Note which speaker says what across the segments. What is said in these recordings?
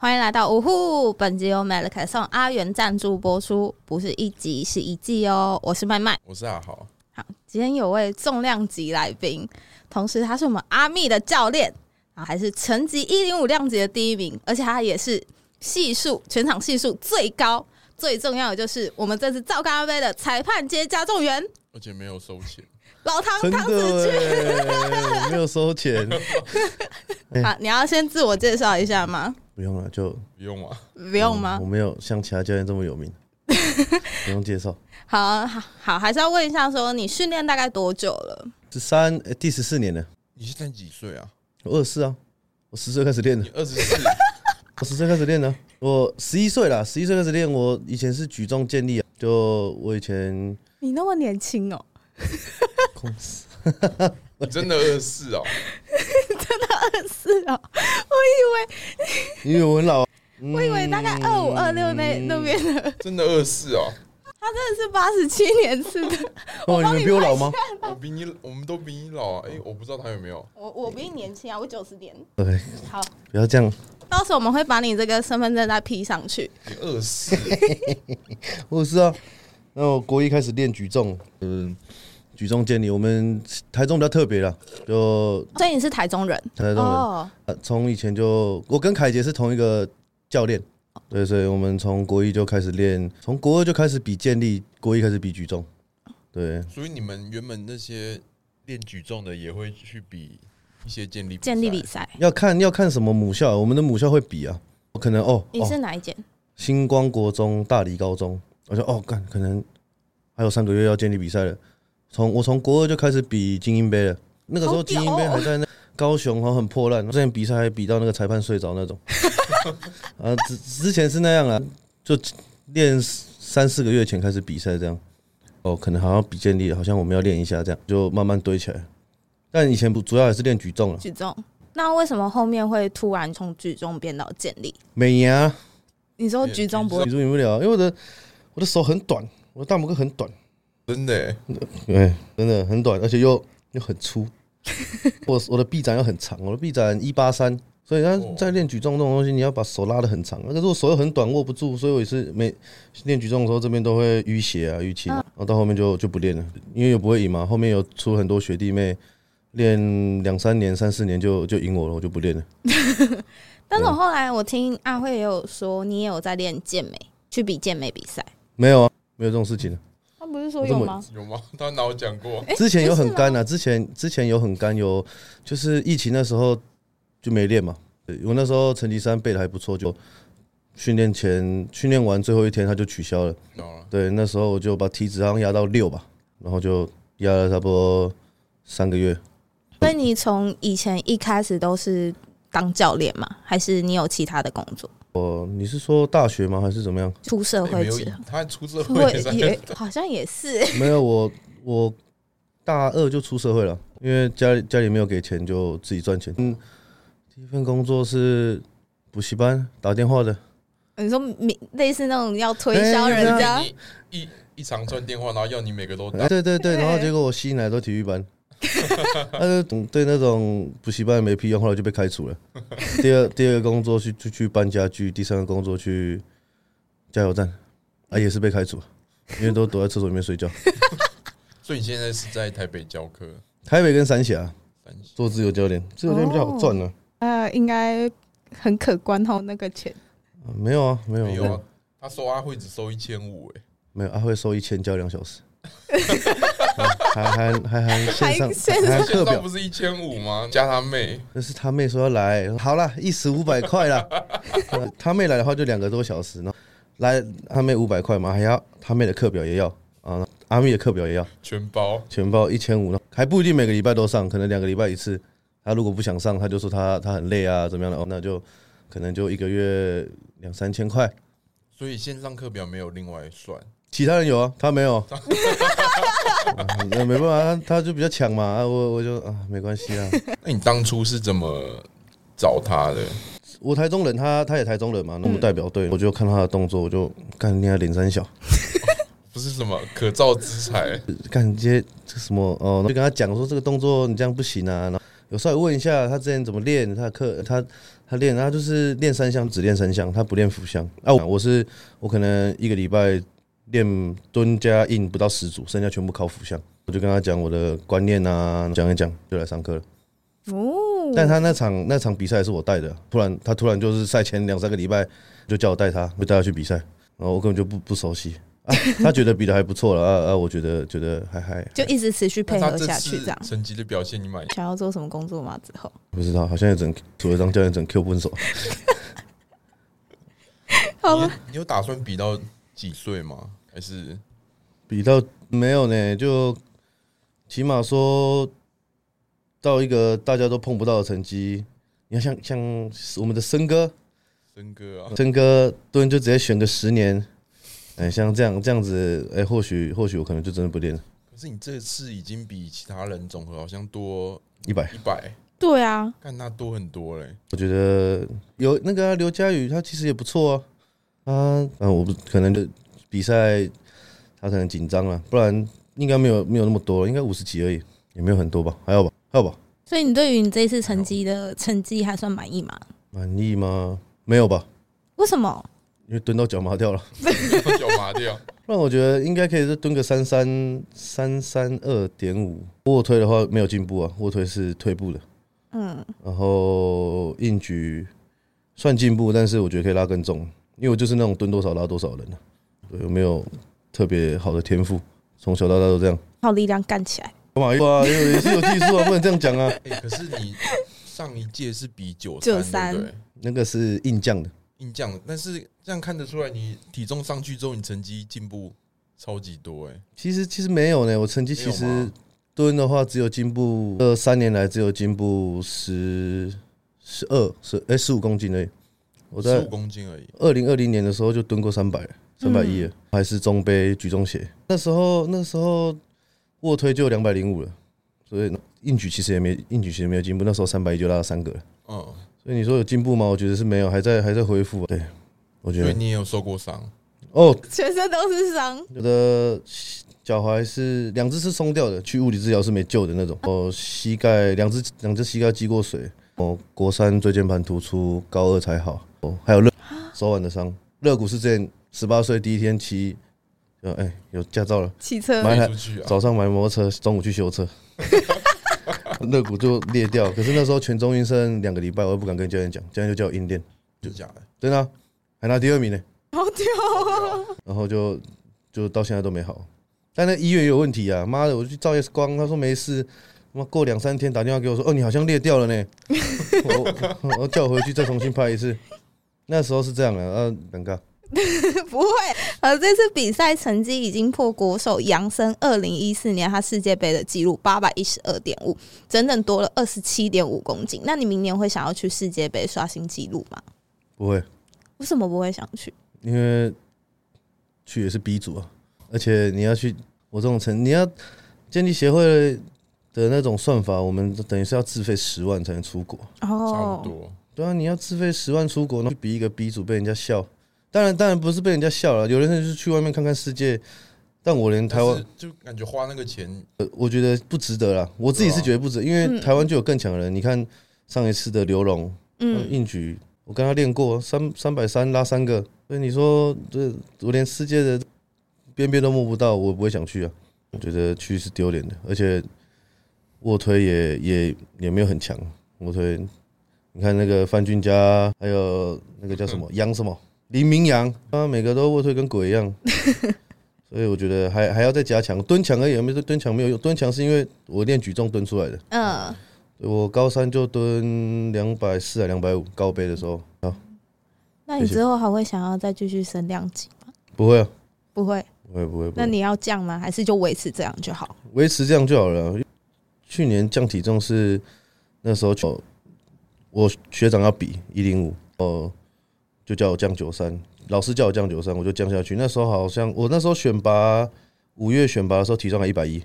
Speaker 1: 来到呜呼！本集由 Melk 送阿元赞助播出，不是一集是一季哦。我是麦麦，
Speaker 2: 我是阿豪，
Speaker 1: 好，今天有位重量级来宾，同时他是我们阿密的教练，啊，还是成绩一零五量级的第一名，而且他也是系数全场系数最高。最重要的就是我们这次赵咖啡的裁判兼加重员
Speaker 2: 而且没有收钱，
Speaker 1: 老唐
Speaker 3: 真
Speaker 1: 唐子
Speaker 3: 的 欸没有收钱，
Speaker 1: 君。好，你要先自我介绍一下吗？
Speaker 3: 不用了，就
Speaker 2: 不用啊，
Speaker 1: 不用吗
Speaker 3: 我？没有像其他教练这么有名， 不用介绍。
Speaker 1: 好好好，还是要问一下，说你训练大概多久了？
Speaker 3: 十三、欸第十四年了，
Speaker 2: 你现在几岁啊？
Speaker 3: 我二十四啊，我十岁开始练的
Speaker 2: 你，二十四，
Speaker 3: 我十岁开始练的，我十一岁啦，十一岁开始练。我以前是举重健力啊，就我以前
Speaker 1: 你那么年轻哦，
Speaker 3: 公司
Speaker 2: 你真的二十四哦？
Speaker 1: 是哦，我
Speaker 3: 嗯
Speaker 1: 以为
Speaker 3: 因为我很老啊，
Speaker 1: 我以为大概二五二六那那边的，
Speaker 2: 真的二十四哦？
Speaker 1: 他真的是八十七年次的。
Speaker 3: 哦，你
Speaker 1: 帮
Speaker 3: 们比我老吗
Speaker 1: 看一下
Speaker 2: 我比你，我们都比你老啊！哎、我不知道他有没有，
Speaker 1: 我我比你年轻啊，我九十年。
Speaker 3: ？OK，
Speaker 1: 好，
Speaker 3: 不要这样，
Speaker 1: 到时候我们会把你这个身份证再 P 上去。
Speaker 2: 你二十四，
Speaker 3: 我是啊。那我国一开始练举重，嗯，举重健力，我们台中比较特别啦，就
Speaker 1: 所以你是台中人
Speaker 3: 台中人。，
Speaker 1: 哦
Speaker 3: 呃，从以前就我跟凯杰是同一个教练，对，所以我们从国一就开始练，从国二就开始比健力，国一开始比举重，对，
Speaker 2: 所以你们原本那些练举重的也会去比一些健力比赛
Speaker 1: 建立比赛，
Speaker 3: 要看要看什么母校，我们的母校会比啊，我可能哦
Speaker 1: 你是
Speaker 3: 哦，
Speaker 1: 哪一间？
Speaker 3: 星光国中、大理高中，我说哦，干可能还有三个月要健力比赛了，从我从国二就开始比精英杯了，那个时
Speaker 1: 好
Speaker 3: 候
Speaker 1: 屌哦
Speaker 3: 精英杯还在那。高雄然后很破烂，之前比赛还比到那个裁判睡着那种。 啊，之之前是那样啊，就练三四个月前开始比赛这样。哦，可能好像比健力，好像我们要练一下这样，就慢慢堆起来。但以前不主要还是练举重了，
Speaker 1: 举重。那为什么后面会突然从举重变到建立？
Speaker 3: 美牙、
Speaker 1: 你说举重不
Speaker 3: 举重赢不了，因为我的我的手很短，我的大拇哥很短，
Speaker 2: 真的、欸，
Speaker 3: 对，哎真的很短，而且又又很粗。我我的臂展又很长，我的臂展一八三，所以他
Speaker 2: 哦
Speaker 3: 在练举重这种东西，你要把手拉得很长。那可是我手又很短，握不住，所以我也是每练举重的时候，这边都会淤血啊、淤青、啊，然后到后面就就不练了，因为又不会赢嘛。后面有出很多学弟妹，练两三年、三四年就就赢我了，我就不练了。
Speaker 1: 但
Speaker 3: 嗯
Speaker 1: 是我后来我听阿慧也有说，你也有在练健美，去比健美比赛。
Speaker 3: 没有啊，没有这种事情啊。
Speaker 1: 他不是说
Speaker 3: 有
Speaker 1: 有
Speaker 3: 吗
Speaker 1: 吗？
Speaker 2: 有吗？他哪有讲过？
Speaker 3: 之前有很干
Speaker 1: 的，
Speaker 3: 啊，之前之前有很干，有就是疫情那时候就没练嘛。对我那时候成绩三背的还不错，就训练前训练完最后一天他就取消了。
Speaker 2: 知道了，
Speaker 3: 对，那时候我就把体脂好像压到六吧，然后就压了差不多三个月。
Speaker 1: 所以你从以前一开始都是当教练吗？还是你有其他的工作？
Speaker 3: 哦，你是说大学吗？还是怎么样？
Speaker 1: 出社
Speaker 2: 他
Speaker 1: 会
Speaker 2: 也没有
Speaker 1: 之后，，
Speaker 2: 他出社
Speaker 1: 会
Speaker 2: 会才
Speaker 1: 也好像也是欸
Speaker 3: 没有，我我大二就出社会了，因为家里家里没有给钱，就自己赚钱。嗯，第一份工作是补习班打电话的。
Speaker 1: 你说明类似那种要推销人家，
Speaker 2: 你一一长串电话，然后要你每个都打
Speaker 3: 哎，对对对，
Speaker 1: 对
Speaker 3: 然后结果我吸引来都体 育班，他就对那种补习班没屁用，后来就被 开除了。第二第二个工作去去去搬家具，第三个工作去加油站，啊也是被开除，因为都躲在厕所里面睡觉。
Speaker 2: 所以你现在是在台北教课，
Speaker 3: 台北跟三峡
Speaker 2: 三峡
Speaker 3: 做自由教练，自由教练比较好赚啊呢、
Speaker 1: 呃，应该很可观哦，那个钱。
Speaker 3: 啊没有啊，没有
Speaker 2: 哦没有啊，他收阿慧只收一千五，哎，
Speaker 3: 没有，他、会收一千教两 小时，啊还还还还线上
Speaker 1: 还线上
Speaker 3: 还课
Speaker 2: 线
Speaker 3: 表
Speaker 2: 上不，是一千五吗？加他妹，
Speaker 3: 那是他妹说要来，好啦，一时五百块啦。他妹来的话就两个多小时，然后来他妹五百块嘛，还要他妹的课表也要啊，阿妹的课表也要，
Speaker 2: 全包。
Speaker 3: 全包一千五，还不一定每个礼拜都上，可能两个礼拜一次。他如果不想上，他就说他他很累啊，怎么样的哦，那就可能就一个月两三千块。
Speaker 2: 所以线上课表没有另外算，
Speaker 3: 其他人有啊，他没有。啊那、没办法，他他就比较强嘛，啊、我我就啊没关系啊。
Speaker 2: 那你当初是怎么找他的？
Speaker 3: 我台中人，他他也台中人嘛，那我们代表队，我就看他的动作，我就干人家脸三小，
Speaker 2: 不是什么可造之材，
Speaker 3: 干这些这什么哦，就跟他讲说这个动作你这样不行啊，然后有时候还问一下他之前怎么练，他的课他他练，他就是练三项，只练三项，他不练辅项。啊，我我是我可能一个礼拜练蹲加硬不到十组，剩下全部靠辅项。我就跟他讲我的观念啊，讲一讲就来上课了。
Speaker 1: 哦，
Speaker 3: 但他那场那场比赛是我带的，突然他突然就是赛前两三个礼拜就叫我带他，就带他去比赛，然后我根本就不不熟悉。啊、他觉得比的还不错了，啊啊，我觉得觉得还还
Speaker 1: 就一直持续配
Speaker 2: 那
Speaker 1: 合
Speaker 2: 他这
Speaker 1: 下
Speaker 2: 次
Speaker 1: 去，这样。
Speaker 2: 成绩的表现，你满意？
Speaker 1: 想要做什么工作吗？之后
Speaker 3: 不知道，好像也整除了当教练整 Q 分手，
Speaker 1: 好吧
Speaker 2: 你你有打算比到几岁吗？还是
Speaker 3: 比到没有呢，就起码说到一个大家都碰不到的成绩。你看像像我们的森哥，
Speaker 2: 森哥啊？
Speaker 3: 森哥蹲就直接选个十年，哎、像这样这样子，哎、或许或许我可能就真的不练了，
Speaker 2: 可是你这次已经比其他人总和好像多
Speaker 3: 一百。
Speaker 2: 一百，
Speaker 1: 对啊，
Speaker 2: 看那多很多 嘞。
Speaker 3: 我觉得有那个啊刘、佳宇，他其实也不错啊。他嗯、啊我不可能就比赛，他可能紧张了，不然应该没有没有那么多，应该五十几而已，也没有很多吧？还好吧？还好吧？
Speaker 1: 所以你对于你这一次成绩的成绩还算满意吗？
Speaker 3: 满意吗？没有吧？
Speaker 1: 为什么？
Speaker 3: 因为蹲到脚麻掉了。
Speaker 2: 脚麻掉，
Speaker 3: 不然我觉得应该可以再蹲个三三三三二点五。卧推的话没有进步啊，卧推是退步的。
Speaker 1: 嗯，
Speaker 3: 然后硬举算进步，但是我觉得可以拉更重，因为我就是那种蹲多少拉多少的人啊。对，有没有特别好的天赋？从小到大都这样。
Speaker 1: 靠力量干起来。
Speaker 3: 干嘛？哇，也有也是有技术啊，不能这样讲啊。
Speaker 2: 哎、可是你上一届是比九
Speaker 1: 93
Speaker 2: 对不对？
Speaker 3: 那个是硬降的，
Speaker 2: 硬降，但是这样看得出来，你体重上去之后，你成绩进步超级多哎、
Speaker 3: 其实其实没有呢。我成绩其
Speaker 2: 没有
Speaker 3: 实
Speaker 2: 吗
Speaker 3: 蹲的话只有进步，这三年来只有进步十十二十哎十五公斤而已。我
Speaker 2: 十
Speaker 3: 在
Speaker 2: 五公斤而已。
Speaker 3: 二零二零年的时候就蹲过三百、三百一，还是中杯举重鞋。那时候那时候卧推就两百零五了，所以硬举其实也没硬举其实没有进步。那时候三百一就拉了三个了，
Speaker 2: 嗯，
Speaker 3: 所以你说有进步吗？我觉得是没有，还在还在恢复啊。对，我觉
Speaker 2: 所以
Speaker 3: 得
Speaker 2: 你也有受过伤，
Speaker 3: 哦，
Speaker 1: 全身都是伤，
Speaker 3: 我的脚踝是两只是松掉的，去物理治疗是没救的那种。哦，膝盖两只两只膝盖积过水。哦，国三椎间盘突出，高二才好。哦，还有肋手腕的伤，肋骨是之前十八岁第一天骑，呃，哎、有驾照了，
Speaker 1: 骑车
Speaker 3: 买
Speaker 2: 飞
Speaker 3: 了
Speaker 2: 出去啊，
Speaker 3: 早上买摩托车，中午去修车，肋骨就裂掉。可是那时候全中医剩两个礼拜，我也不敢跟教练讲，教练就叫我硬练，
Speaker 2: 就假的。
Speaker 3: 真的啊、还拿第二名呢。
Speaker 1: 好丢哦。
Speaker 3: 然后就就到现在都没好。但那医院也有问题啊！妈的，我去照 X 光，他说没事。他妈过两三天打电话给我说：“哦，你好像裂掉了呢。 我”我我叫我回去再重新拍一次。那时候是这样的，啊，尴尬。
Speaker 1: 不会，呃，这次比赛成绩已经破国手杨森二零一四年他世界杯的纪录八百一十二点五，整整多了二十七点五公斤。那你明年会想要去世界杯刷新纪录吗？
Speaker 3: 不会，
Speaker 1: 为什么不会想去？
Speaker 3: 因为去也是 B 组啊，而且你要去我这种成，你要建立协会的那种算法，我们等于是要自费十万才能出国。
Speaker 2: 差不
Speaker 1: 哦，
Speaker 2: 多。
Speaker 3: 对啊，你要自费十万出国，那去比一个 B 组被人家笑。当然，当然不是被人家笑了，有的人就是去外面看看世界。但我连台
Speaker 2: 但
Speaker 3: 湾
Speaker 2: 是，就感觉花那个钱，
Speaker 3: 呃我觉得不值得啦。我自己是觉得不值得，因为台湾就有更强的人。你看上一次的刘龙，嗯，
Speaker 1: 嗯，
Speaker 3: 硬举，我跟他练过啊三三百三拉三个，所以你说这我连世界的边边都摸不到，我不会想去啊。我觉得去是丢脸的，而且卧推也也也没有很强，卧推，你看那个范俊佳，还有那个叫什么杨什么林明阳，他每个都卧推跟鬼一样。所以我觉得还还要再加强蹲墙而已，没说蹲墙没有用，蹲墙是因为我练举重蹲出来的，
Speaker 1: 嗯，
Speaker 3: 我高三就蹲两百四啊，两百五高杯的时候啊，
Speaker 1: 那你
Speaker 3: 谢谢
Speaker 1: 之后还会想要再继续升量级吗？
Speaker 3: 不会啊，
Speaker 1: 不会，
Speaker 3: 不会不会，不
Speaker 1: 那
Speaker 3: 会，
Speaker 1: 你要降吗？还是就维持这样就好？
Speaker 3: 维持这样就好了。去年降体重是那时候就我学长要比一零五，哦，就叫我降九三，老师叫我降九三，我就降下去。那时候好像我那时候选拔五月选拔的时候体重还一百一，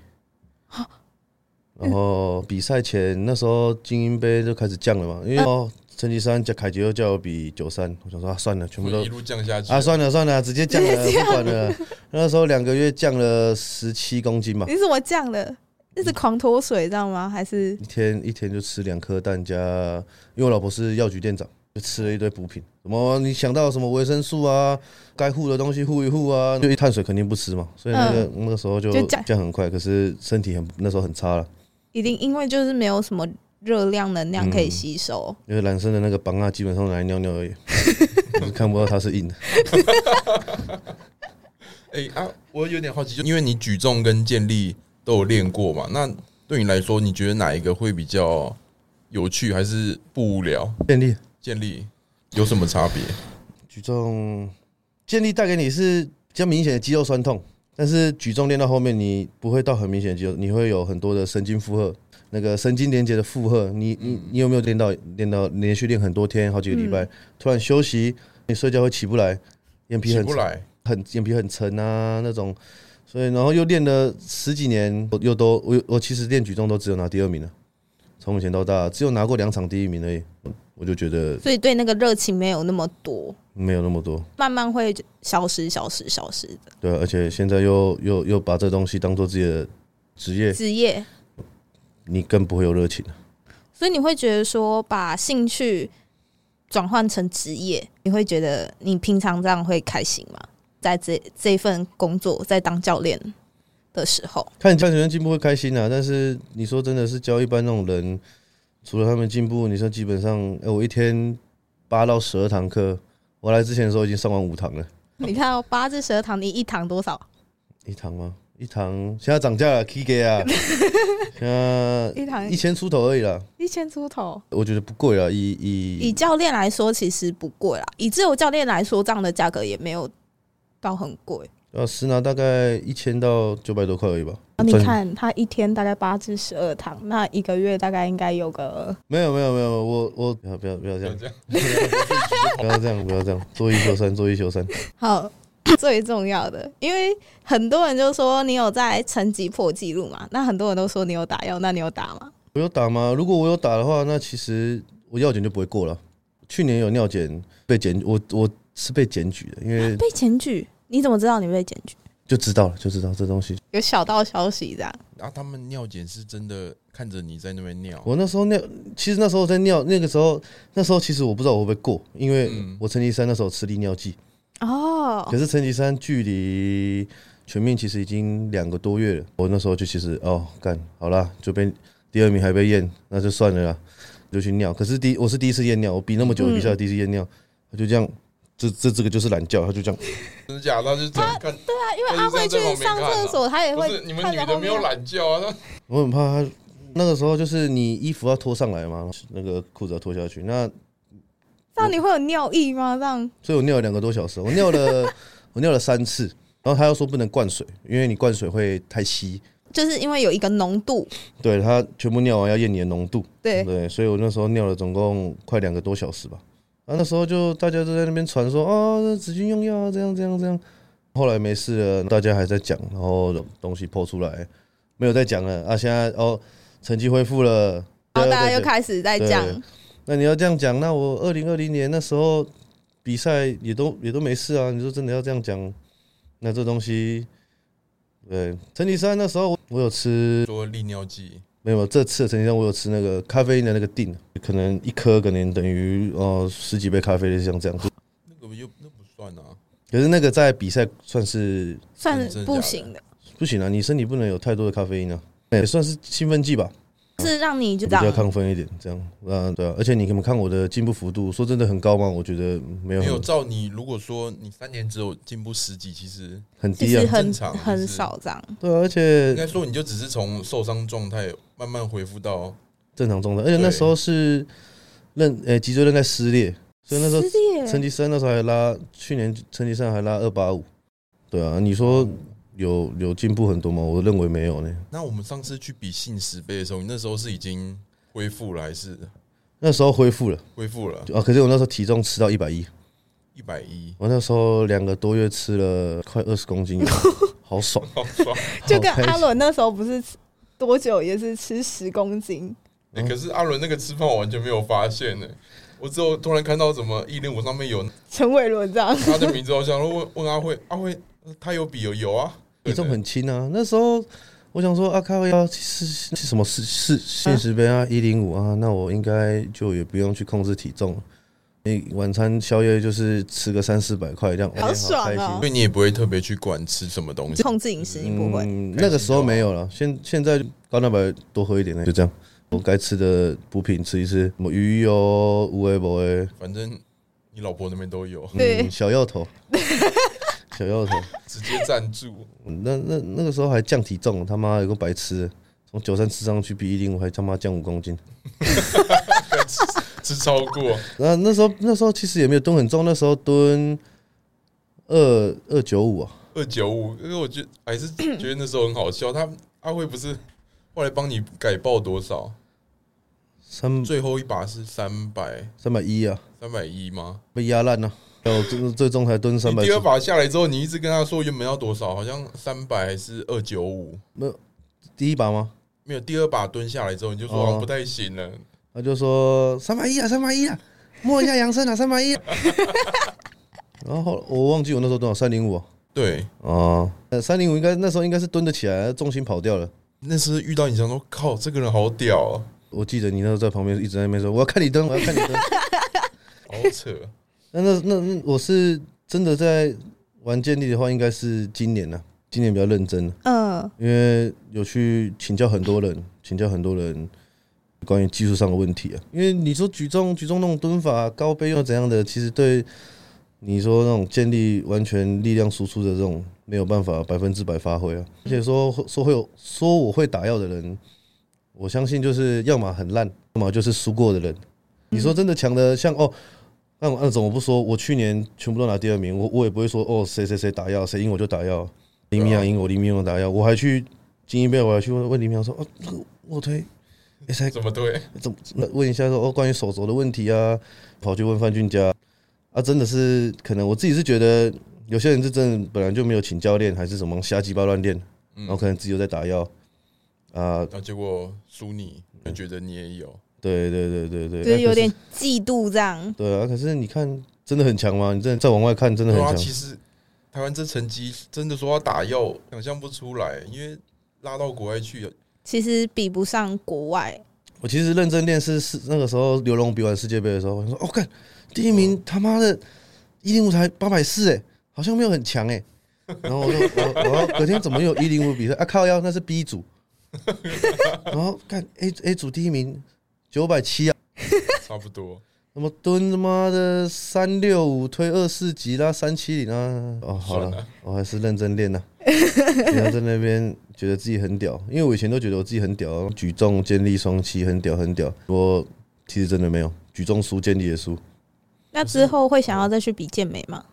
Speaker 3: 然后比赛前那时候精英杯就开始降了嘛，因为哦成吉山加凯杰又叫我比九三，我想说啊算了，全部都
Speaker 2: 会一路降下去
Speaker 3: 啊，算了算了，直接降了，不管了。那时候两个月降了十七公斤吧，
Speaker 1: 你怎么降了？一直狂脱水，知道吗？还是
Speaker 3: 一天一天就吃两颗蛋加，因为我老婆是药局店长，就吃了一堆补品，什么你想到什么维生素啊，该护的东西护一护啊，就一碳水肯定不吃嘛，所以那个、那个时候就
Speaker 1: 就降
Speaker 3: 降很快，可是身体很那时候很差了，
Speaker 1: 一定因为就是没有什么热量能量可以吸收，
Speaker 3: 因为男生的那个膀啊基本上拿来尿尿而已，就是看不到它是硬的。
Speaker 2: 哎、啊，我有点好奇，就因为你举重跟健力都有练过嘛，那对你来说，你觉得哪一个会比较有趣，还是不无聊？
Speaker 3: 便利
Speaker 2: 健力有什么差别？
Speaker 3: 举重，健力带给你是比较明显的肌肉酸痛，但是举重练到后面，你不会到很明显的肌肉，你会有很多的神经负荷，那个神经连接的负荷。你
Speaker 2: 嗯
Speaker 3: 你你有没有练到练到连续练很多天，好几个礼拜，突然休息，你睡觉会起不来，眼皮
Speaker 2: 起
Speaker 3: 很
Speaker 2: 不来，
Speaker 3: 很眼皮很沉啊那种，所以然后又练了十几年，我又都我我其实练举重都只有拿第二名了，从以前到大只有拿过两场第一名而已，我就觉得
Speaker 1: 所以对那个热情没有那么多，
Speaker 3: 没有那么多。
Speaker 1: 慢慢会消失、消失、消失的
Speaker 3: 对啊，而且现在又又又把这东西当做自己的职业，
Speaker 1: 职业。
Speaker 3: 你更不会有热情啊了。
Speaker 1: 所以你会觉得说，把兴趣转换成职业，你会觉得你平常这样会开心吗？在这这份工作，在当教练的时候，
Speaker 3: 看你看学生进步会开心啊，但是你说真的是教一般那种人，除了他们进步，你说基本上，哎、我一天八到十二堂课，我来之前的时候已经上完五堂了，
Speaker 1: 你看哦，八至十二堂，你一堂多少？
Speaker 3: 一堂吗？一堂现在涨价了，K K 啊，现在
Speaker 1: 一堂
Speaker 3: 一千出头而已啦，
Speaker 1: 一千出头。
Speaker 3: 我觉得不贵啦，以以
Speaker 1: 以教练来说，其实不贵啦。以自由教练来说，这样的价格也没有到很贵。
Speaker 3: 呃实拿大概一千到九百多块而已吧。
Speaker 1: 啊、你
Speaker 3: 赚
Speaker 1: 看他一天大概八至十二堂，那一个月大概应该有个
Speaker 3: 没有没有没有，我我不要不要不要这样
Speaker 2: 这。样
Speaker 3: 不要这样，不要这样，做一休三，做一休三。
Speaker 1: 好 最重要的，因为很多人就说你有在成绩破纪录嘛，那很多人都说你有打药，那你有打吗？
Speaker 3: 我有打吗？如果我有打的话，那其实我药检就不会过了。去年有尿检被检，我我是被检举的，因 为
Speaker 1: 被检举，你怎么知道你被检举？
Speaker 3: 就知道了，就知道这东西。
Speaker 1: 有小道消息这样，
Speaker 2: 啊，他们尿检是真的看着你在那边尿，
Speaker 3: 我那时候尿，其实那时候在尿，那个时候那时候其实我不知道我会不会过，因为
Speaker 2: 嗯
Speaker 3: 我成吉三那时候吃利尿剂，
Speaker 1: 哦
Speaker 3: 可，是成吉三距离全面其实已经两个多月了，我那时候就其实哦干好啦，就被第二名还被验，那就算了啦，就去尿。可是第我是第一次验尿，我比那么久的比赛第一次验尿，他就这样，这这这个就是懒觉，他就这样，
Speaker 2: 真的假的？他就这样看，
Speaker 1: 啊因为
Speaker 2: 但
Speaker 1: 阿
Speaker 2: 是这
Speaker 1: 慧
Speaker 2: 样
Speaker 1: 去
Speaker 2: 在旁边
Speaker 1: 上厕
Speaker 2: 看啊
Speaker 1: 所，他也
Speaker 2: 不
Speaker 1: 会
Speaker 2: 是你们
Speaker 1: 看
Speaker 2: 女
Speaker 1: 着
Speaker 2: 的
Speaker 1: 后
Speaker 2: 没有
Speaker 1: 面
Speaker 2: 懒觉啊？那
Speaker 3: 我很怕他。那个时候就是你衣服要脱上来嘛，那个裤子要脱下去，那
Speaker 1: 这样你会有尿意吗？这样
Speaker 3: 所以我尿了两个多小时，我尿了 我尿了三次，然后他又说不能灌水，因为你灌水会太稀，
Speaker 1: 就是因为有一个浓度，
Speaker 3: 对他全部尿完要验你的浓度。
Speaker 1: 对，
Speaker 3: 对，所以我那时候尿了总共快两个多小时吧。啊，那时候就大家都在那边传说啊，那子君用药啊，这样这样这样。后来没事了，大家还在讲，然后东西剖出来，没有再讲了啊。现在哦，成绩恢复了，
Speaker 1: 然后大家
Speaker 3: 又
Speaker 1: 又开始在
Speaker 3: 对
Speaker 1: 讲，
Speaker 3: 那你要这样讲，那我二零二零年那时候比赛也都也都没事啊。你说真的要这样讲，那这东西，对，成吉三那时候我我有吃
Speaker 2: 说利尿剂，
Speaker 3: 没有，这次的成绩上我有吃那个咖啡因的那个锭，可能一颗可能等于呃十几杯咖啡，像这样。
Speaker 2: 那个又那不算啊。
Speaker 3: 可是那个在比赛算是
Speaker 1: 算
Speaker 2: 真的
Speaker 1: 不
Speaker 2: 假的
Speaker 1: 行的，
Speaker 3: 不行啊，你身体不能有太多的咖啡因啊，也算是兴奋剂吧，
Speaker 1: 是让你就
Speaker 3: 比
Speaker 1: 这样
Speaker 3: 较亢奋一点，这样啊对啊。而且你们看我的进步幅度，说真的很高吗？我觉得没有
Speaker 2: 没有
Speaker 3: 很
Speaker 2: 照你，如果说你三年只有进步十几，其实
Speaker 3: 很
Speaker 1: 其
Speaker 3: 低
Speaker 1: 实
Speaker 3: 啊，
Speaker 1: 很
Speaker 2: 正常就是
Speaker 1: 很少这样。
Speaker 3: 对啊，而
Speaker 2: 应
Speaker 3: 且
Speaker 2: 该说你就只是从受伤状态慢慢恢复到
Speaker 3: 正常状态，而且那时候是韧呃脊椎韧带撕裂，所以那时候
Speaker 1: 撕裂
Speaker 3: 成吉三那时候还拉，去年成吉三还拉二八五，对啊，你说有有进步很多吗？我认为没有呢。
Speaker 2: 那我们上次去比信十倍的时候，你那时候是已经恢复了还是
Speaker 3: 那时候恢复了
Speaker 2: 恢复了？
Speaker 3: 啊，可是我那时候体重吃到一百一，
Speaker 2: 一百一，
Speaker 3: 我那时候两个多月吃了快二十 公斤有，好爽，
Speaker 2: 好爽！
Speaker 1: 就跟
Speaker 3: 好开心
Speaker 1: 阿伦那时候不是吃多久也是吃十公斤，
Speaker 2: 欸可是阿伦那个吃饭我完全没有发现呢、我之后突然看到什么一零五上面有
Speaker 1: 陈伟伦这样，
Speaker 2: 他的名字，我想说问问阿慧，阿慧呃他有比有有啊，
Speaker 3: 体重很轻啊。那时候我想说啊，咖啡要是是什么
Speaker 1: 嗯
Speaker 3: 是是现实杯啊，一零五啊，那我应该就也不用去控制体重了。诶、晚餐宵夜就是吃个三四百块这样，
Speaker 1: 好
Speaker 3: 哇
Speaker 1: 爽
Speaker 3: 开心
Speaker 1: 哦
Speaker 2: 所以你也不会特别去管吃什么东 西。
Speaker 1: 控制饮食你不会，
Speaker 3: 嗯，那个时
Speaker 1: 啊
Speaker 3: 候没有了，现现在高蛋白多喝一点，就这样。我该吃的补品吃一吃，什么鱼油、无为不为，
Speaker 2: 反正你老婆那边都有，
Speaker 1: 对
Speaker 3: 嗯，小药头， 小药头。
Speaker 2: 直接赞助。
Speaker 3: 嗯那那那个时候还降体重，他妈有个白痴，从九三吃上去比一零五还他妈降五公斤。
Speaker 2: 吃超过，
Speaker 3: 那那时候那时候其实也没有蹲很重，那时候蹲二二九五啊，
Speaker 2: 二九五，因为我觉得还是觉得那时候很好笑。他阿辉不是后来帮你改报多少？
Speaker 3: 三
Speaker 2: 最后一把是三百
Speaker 3: 三百一啊，
Speaker 2: 三百一吗？
Speaker 3: 被压烂了。然后最最终才蹲三
Speaker 2: 你
Speaker 3: 百
Speaker 2: 第，二把下来之后，你一直跟他说原本要多少，好像三百还是二九五。
Speaker 3: 没有第一把吗？
Speaker 2: 没有，第二把蹲下来之后，你就说、
Speaker 3: 哦
Speaker 2: 啊、不太行了。
Speaker 3: 他就说三百一啊，三百一啊，摸一下杨森啊， 三百一。然后我忘记我那时候多少，三零五
Speaker 2: 对，
Speaker 3: 哦，呃，三零五应该那时候应该是蹲得起来，重心跑掉了。
Speaker 2: 那时遇到你想说，靠，这个人好屌、哦，
Speaker 3: 我记得你那时候在旁边一直在那边说我要看你蹲，我要看你蹲。
Speaker 2: 好扯。
Speaker 3: 那那那那我是真的在玩健力的话，应该是今年了、今年比较认真了，啊
Speaker 1: 嗯，
Speaker 3: 因为有去请教很多人，请教很多人关于技术上的问题啊。因为你说举重、举重那种蹲法、高背又怎样的，其实对你说那种建立完全力量输出的这种没有办法百分之百发挥啊。而且说说会有说我会打药的人，我相信就是要么很烂，要么就是输过的人。你说真的强的像哦。那我那怎么不说？我去年全部都拿第二名，我我也不会说哦，谁谁谁打药，谁赢我就打药。黎明阳赢我，黎明阳打药，我还去金一杯，我还去问问黎明阳说，哦，那个卧推，哎、才
Speaker 2: 怎么对？
Speaker 3: 怎么那问一下说哦，关于手肘的问题啊，跑去问范俊家啊，真的是可能我自己是觉得有些人是真的本来就没有请教练，还是什么瞎鸡巴乱练，
Speaker 2: 嗯
Speaker 3: 然后可能自己又在打药啊，
Speaker 2: 然后结果输你，
Speaker 3: 嗯
Speaker 2: 就觉得你也有，
Speaker 3: 对对对对对，
Speaker 1: 就是
Speaker 3: 啊
Speaker 1: 有点
Speaker 3: 可
Speaker 1: 嫉妒这样。
Speaker 3: 是对啊，可是你看真的很强吗？你真的再往外看真的
Speaker 2: 对啊，
Speaker 3: 很
Speaker 2: 其
Speaker 3: 强，
Speaker 2: 实台湾这成绩真的说要打药，想象不出来，因为拉到国外去，
Speaker 1: 其实比不上国外，
Speaker 3: 我其实认真练是是那个时候刘龙比完世界杯的时候，我说哦看第一名他妈的一零五才八百四哎，好像没有很强哎、然后我就我我要隔天怎么有一零五比赛啊靠腰那是 B 组，然后看 A A 组第一名九百七啊，
Speaker 2: 差不多。
Speaker 3: 什么蹲他妈的三六五推二四级啦三七零啊，哦好
Speaker 2: 算了
Speaker 3: 了，我还是认真 练呐、不要在那边觉得自己很屌，因为我以前都觉得我自己很屌，啊举重、健力、双膝很屌很屌，我其实真的没有，举重输，健力也输，
Speaker 1: 那之后会想要再去比健美吗？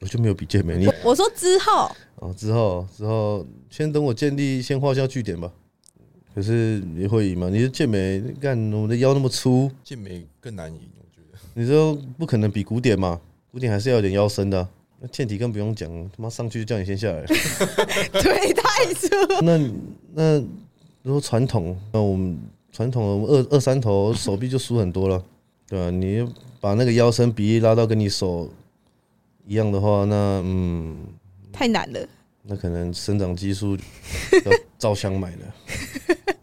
Speaker 3: 我就没有比健美 力。
Speaker 1: 我说之后，
Speaker 3: 哦，之后之后先等我建立，先画下据点吧。可是你会赢吗？你是健美，干我们的腰那么粗，
Speaker 2: 健美更难赢，我觉得。
Speaker 3: 你就不可能比古典嘛，古典还是要有点腰身的啊、那健体更不用讲，他妈上去就叫你先下来。
Speaker 1: 腿太粗，
Speaker 3: 那那如果传统，那我们传统我们二二三头手臂就输很多了，对吧、啊你把那个腰身比例拉到跟你手一样的话，那嗯，
Speaker 1: 太难了。
Speaker 3: 那可能生长激素要照相买了。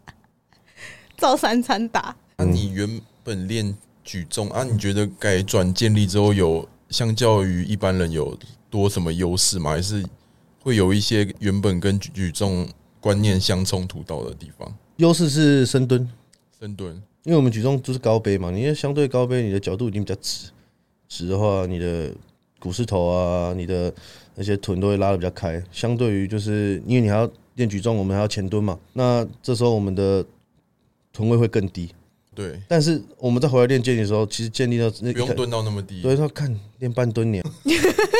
Speaker 1: 照三餐打，
Speaker 2: 那、啊
Speaker 3: 嗯
Speaker 2: 你原本练举重啊，你觉得改转健力之后有相较于一般人有多什么优势吗？还是会有一些原本跟举举重观念相冲突到的地方？
Speaker 3: 优势是深蹲，
Speaker 2: 深蹲，
Speaker 3: 因为我们举重就是高杯嘛，你要相对高杯，你的角度已经比较直，直的话，你的股四头啊，你的那些臀都会拉的比较开。相对于就是因为你还要练举重，我们还要前蹲嘛，那这时候我们的臀位会更低。
Speaker 2: 对，
Speaker 3: 但是我们再回来练健力的时候，其实健力到那
Speaker 2: 不用，蹲到那么低。
Speaker 3: 对，他看练半蹲你啊，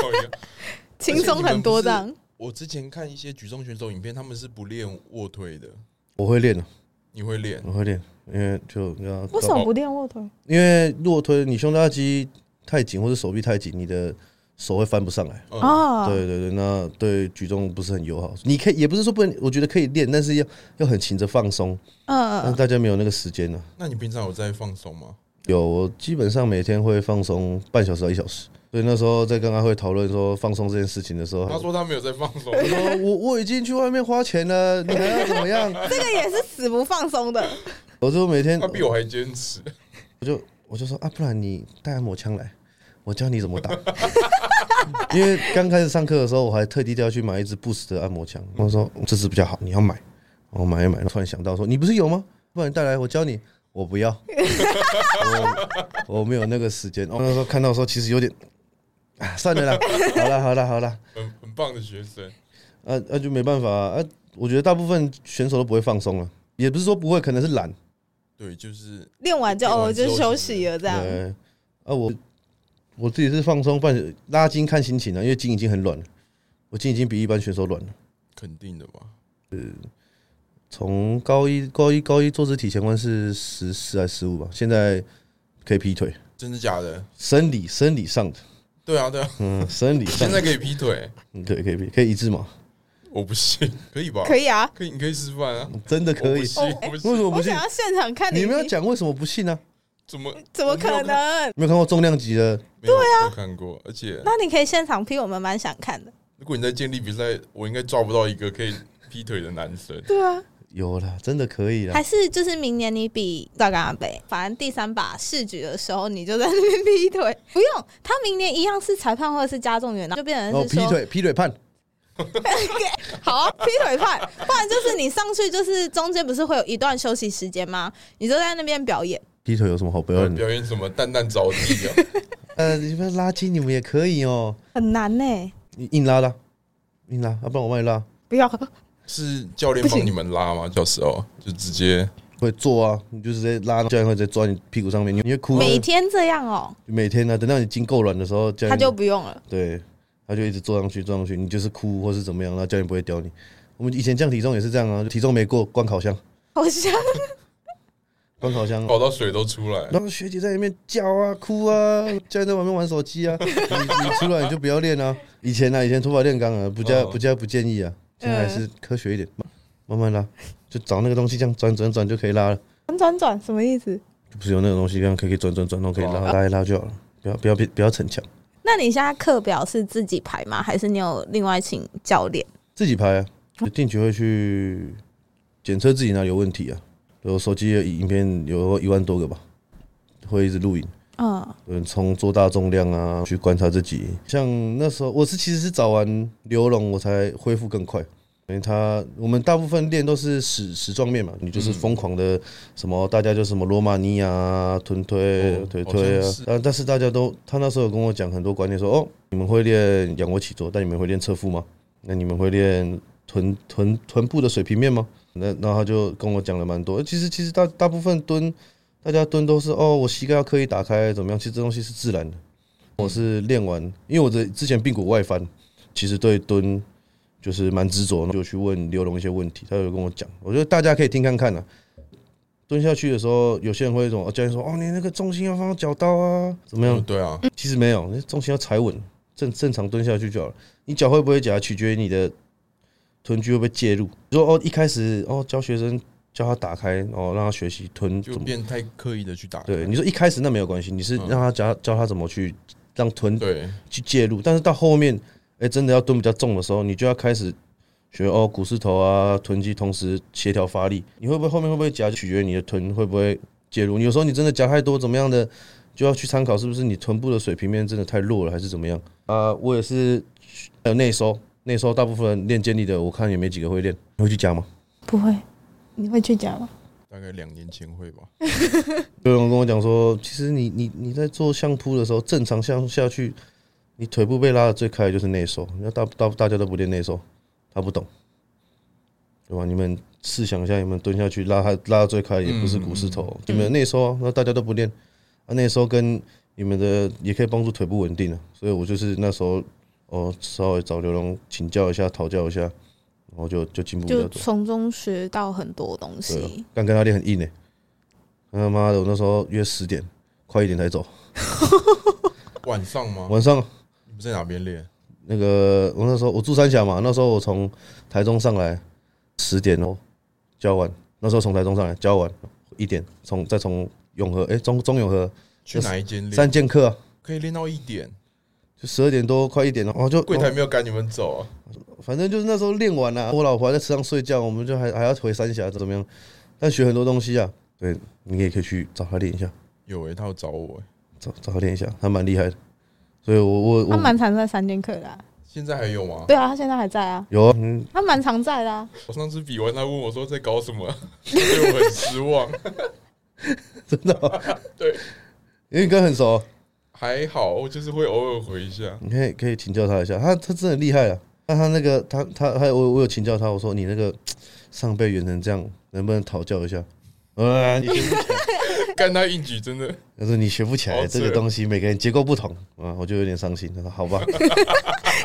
Speaker 2: 靠腰
Speaker 1: 轻松很多这样。
Speaker 2: 我之前看一些举重选手影片，他们是不练卧推的，
Speaker 3: 我会练的，
Speaker 2: 你会练？
Speaker 3: 我会练，因为就要
Speaker 1: 为什么不练卧推？
Speaker 3: 因为卧推你胸大肌太紧或者手臂太紧，你的手会翻不上来。
Speaker 2: 嗯，
Speaker 1: 哦，
Speaker 3: 对对对，那对举重不是很友好。你可以也不是说不能，我觉得可以练，但是要要很勤着放松。但
Speaker 1: 嗯，
Speaker 3: 大家没有那个时间啊呢、
Speaker 2: 那你平常有在放松吗？
Speaker 3: 有，我基本上每天会放松半小时到一小时。所以那时候在跟阿慧讨论说放松这件事情的时候，
Speaker 2: 他说他没有在放松，
Speaker 3: 我说我我已经去外面花钱了，你还要怎么 样？
Speaker 1: 这个也是死不放松的。
Speaker 3: 我就每天
Speaker 2: 他比我还坚持。
Speaker 3: 我就我就说啊，不然你带按摩枪来，我教你怎么打。 因为刚开始上课的时候，我还特地要去买一支 Boost 的按摩枪。我说这支比较好，你要买。我买一买，突然想到说，你不是有吗？不然你带来，我教你。我不要，我我没有那个时间。我那时候看到的时候，其实有点，啊，算了啦，好啦，好啦，好啦，
Speaker 2: 很很棒的学生，
Speaker 3: 啊，那、就没办法啊啊我觉得大部分选手都不会放松了，啊也不是说不会，可能是懒。
Speaker 2: 对，就是
Speaker 1: 练完就
Speaker 2: 练
Speaker 1: 哦
Speaker 2: 完之后
Speaker 1: 就休息了这样。
Speaker 3: 对，啊，我我自己是放松，半拉筋看心情啊，因为筋已经很软了，我筋已经比一般选手软了。
Speaker 2: 肯定的吧？
Speaker 3: 从高一高一高一坐姿体前弯是十十还是十五吧，现在可以劈腿，
Speaker 2: 真的假的？
Speaker 3: 生理生理上的，
Speaker 2: 对啊，对啊，
Speaker 3: 嗯，生理上
Speaker 2: 现
Speaker 3: 的
Speaker 2: 在可以劈腿，
Speaker 3: 嗯对，可以劈可以一致嘛，
Speaker 2: 我不信，可以吧？
Speaker 1: 可以啊，
Speaker 2: 可以，你可以示范啊。
Speaker 3: 真的可
Speaker 2: 我不
Speaker 3: 以。
Speaker 2: 信，
Speaker 1: 哦哎
Speaker 2: 我不
Speaker 3: 为什
Speaker 2: 信，
Speaker 3: 么
Speaker 1: 我
Speaker 3: 不信
Speaker 1: 想？要现场看
Speaker 3: 你
Speaker 1: 你
Speaker 3: 们要讲为什么不信呢、
Speaker 2: 怎么
Speaker 1: 怎么可能？啊
Speaker 3: 没有看过重量级的，
Speaker 2: 对啊，没有看过。而且，
Speaker 1: 那你可以现场批，我们蛮想看的。
Speaker 2: 如果你在建立比赛，我应该抓不到一个可以劈腿的男生。
Speaker 1: 对啊，
Speaker 3: 有啦，真的可以啦
Speaker 1: 还。是就是明年你比赵刚阿北，反正第三把试局的时候，你就在那边劈腿。 不用，他明年一样是裁判或者是加重员，就变成
Speaker 3: 哦，
Speaker 1: 是
Speaker 3: 劈
Speaker 1: 说、
Speaker 3: 腿劈腿判，
Speaker 1: 好啊、劈腿派，不然就是你上去就是中间不是会有一段休息时间吗？你就在那边表演。
Speaker 3: 劈腿有什么好表
Speaker 2: 呃
Speaker 1: 哦
Speaker 3: 演的？
Speaker 2: 表演什么蛋蛋着地啊？
Speaker 3: 呃，你们拉筋你们也可以哦，
Speaker 1: 很难呢、
Speaker 3: 你硬拉啦，硬拉，要、不然我帮你拉。
Speaker 1: 不要，
Speaker 2: 是教练
Speaker 1: 不行
Speaker 2: 帮你们拉吗？到时候就直接
Speaker 3: 会做啊，你就直接拉，教练会直接抓你屁股上面，你你会哭。啊
Speaker 1: 每天这样哦、
Speaker 3: 每天呢、啊等到你筋够软的时候，教练
Speaker 1: 他就不用了。
Speaker 3: 对，他就一直坐上去，坐上去，你就是哭或是怎么样，然后教练不会屌你。我们以前降体重也是这样啊，体重没过关烤箱，
Speaker 1: 好像
Speaker 3: 关烤箱。
Speaker 2: 搞到水都出来。
Speaker 3: 然后学姐在里面叫啊、哭啊，教练在旁边玩手机啊。你你出来你就不要练啊。以前啊，以前土法炼钢啊，不加
Speaker 2: 哦
Speaker 3: 不加不建议啊。现在还
Speaker 1: 嗯
Speaker 3: 是科学一点，慢慢慢拉，就找那个东西这样转转转就可以拉了。
Speaker 1: 转转转什么意思？
Speaker 3: 就不是有那种东西，这样可以转转转，然后可以拉拉一拉就好了。不要不要不要不要逞强，
Speaker 1: 那你现在课表是自己排吗？还是你有另外请教练？
Speaker 3: 自己拍啊，就定期会去检测自己哪里有问题啊。我手机的影片有一万多个吧，会一直录影。
Speaker 1: 嗯，
Speaker 3: 嗯，从做大重量啊，去观察自己。像那时候，我是其实是找完刘龙，我才恢复更快。因为他我们大部分练都是死死状面嘛，你就是疯狂的什么，大家就什么罗马尼亚啊、臀推、
Speaker 2: 哦
Speaker 3: 腿
Speaker 2: 好
Speaker 3: 推
Speaker 2: 像
Speaker 3: 啊
Speaker 2: 是。
Speaker 3: 但但是大家都，他那时候有跟我讲很多观念说哦，你们会练仰卧起坐，但你们会练侧腹吗？那你们会练臀臀臀部的水平面吗？那然后他就跟我讲了蛮多。其实其实大大部分蹲，大家蹲都是哦，我膝盖要刻意打开怎么样？其实这东西是自然的。我是练完，因为我的之前髌骨外翻，其实对蹲就是蛮执着，就去问刘龙一些问题，他有跟我讲，我觉得大家可以听看看啊。蹲下去的时候，有些人会一种哦，教练说哦，你那个重心要放到脚刀啊，怎么样
Speaker 2: 嗯？对啊，
Speaker 3: 其实没有，那重心要踩稳，正正常蹲下去就好了。你脚会不会夹，取决于你的臀肌会不会介入。如果哦一开始哦教学生教他打开，哦让他学习臀怎
Speaker 2: 就
Speaker 3: 么
Speaker 2: 变太刻意的去打开。
Speaker 3: 对，你说一开始那没有关系，你是
Speaker 2: 嗯
Speaker 3: 让他教教他怎么去让臀
Speaker 2: 对，
Speaker 3: 去介入，但是到后面，哎、真的要蹲比较重的时候，你就要开始学哦，股四头啊，臀肌同时协调发力，你会不会后面会不会夹，取决于你的臀会不会介入。你有时候你真的夹太多，怎么样的，就要去参考是不是你臀部的水平面真的太弱了，还是怎么样啊、我也是，还有内收，内收大部分练健力的，我看也没几个会练，你会去夹吗？
Speaker 1: 不会，你会去讲吗？
Speaker 2: 大概两年前会吧。
Speaker 3: 有人跟我讲说，其实你你你在做相扑的时候，正常向下去，你腿部被拉的最开的就是内收，那大大大家都不练内收，他不懂，对吧？你们试想一下，你们蹲下去拉他拉到最开也不是股四头，你们内收啊，那大家都不练，啊内收跟你们的也可以帮助腿部稳定啊，所以我就是那时候哦稍微找刘龙请教一下，讨教一下，然后就就进步比较
Speaker 1: 就
Speaker 3: 多。
Speaker 1: 从中学到很多东
Speaker 3: 对啊
Speaker 1: 西。，
Speaker 3: 但跟他练很硬呢、欸他妈的，我那时候约十点，快一点才走。
Speaker 2: 晚上吗？
Speaker 3: 晚上
Speaker 2: 你们在哪边练？
Speaker 3: 那个，我那时候我住三峡嘛，那时候我从台中上来，十点哦，交完。那时候从台中上来交完一点，从再从永和，哎、中中永和
Speaker 2: 去哪一间练？
Speaker 3: 三剑客、啊，
Speaker 2: 可以练到一点，
Speaker 3: 就十二点多快一点了，哦就哦
Speaker 2: 柜台没有赶你们走啊。
Speaker 3: 反正就是那时候练完了、啊我老婆还在车上睡觉，我们就还还要回三峡怎么样？但学很多东西啊，对，你也可以去找他练一下，
Speaker 2: 有诶、他要找我、欸，
Speaker 3: 找找他练一下，他蛮厉害的。所以我我
Speaker 1: 他
Speaker 3: 我
Speaker 1: 蛮常在三剑客的啊、
Speaker 2: 现在还有吗？
Speaker 1: 对啊，他现在还在啊，
Speaker 3: 有啊，嗯，
Speaker 1: 他蛮常在的、 啊。
Speaker 2: 我上次比完，他问我说在搞什么， 对我很失望。
Speaker 3: 真的哦、
Speaker 2: 对，
Speaker 3: 因为你跟他很熟，
Speaker 2: 还好，我就是会偶尔回一下。
Speaker 3: 你可以可以请教他一下，他他真的厉害啊。那他那个他他他我我有请教他，我说你那个上辈远成这样，能不能讨教 一下？
Speaker 2: 哎
Speaker 3: 呃，你学不起来
Speaker 2: 干他一举真的，
Speaker 3: 他说你学不起来
Speaker 2: 好扯
Speaker 3: 这个东西，每个人结构不同啊，我就有点伤心。他说好 吧，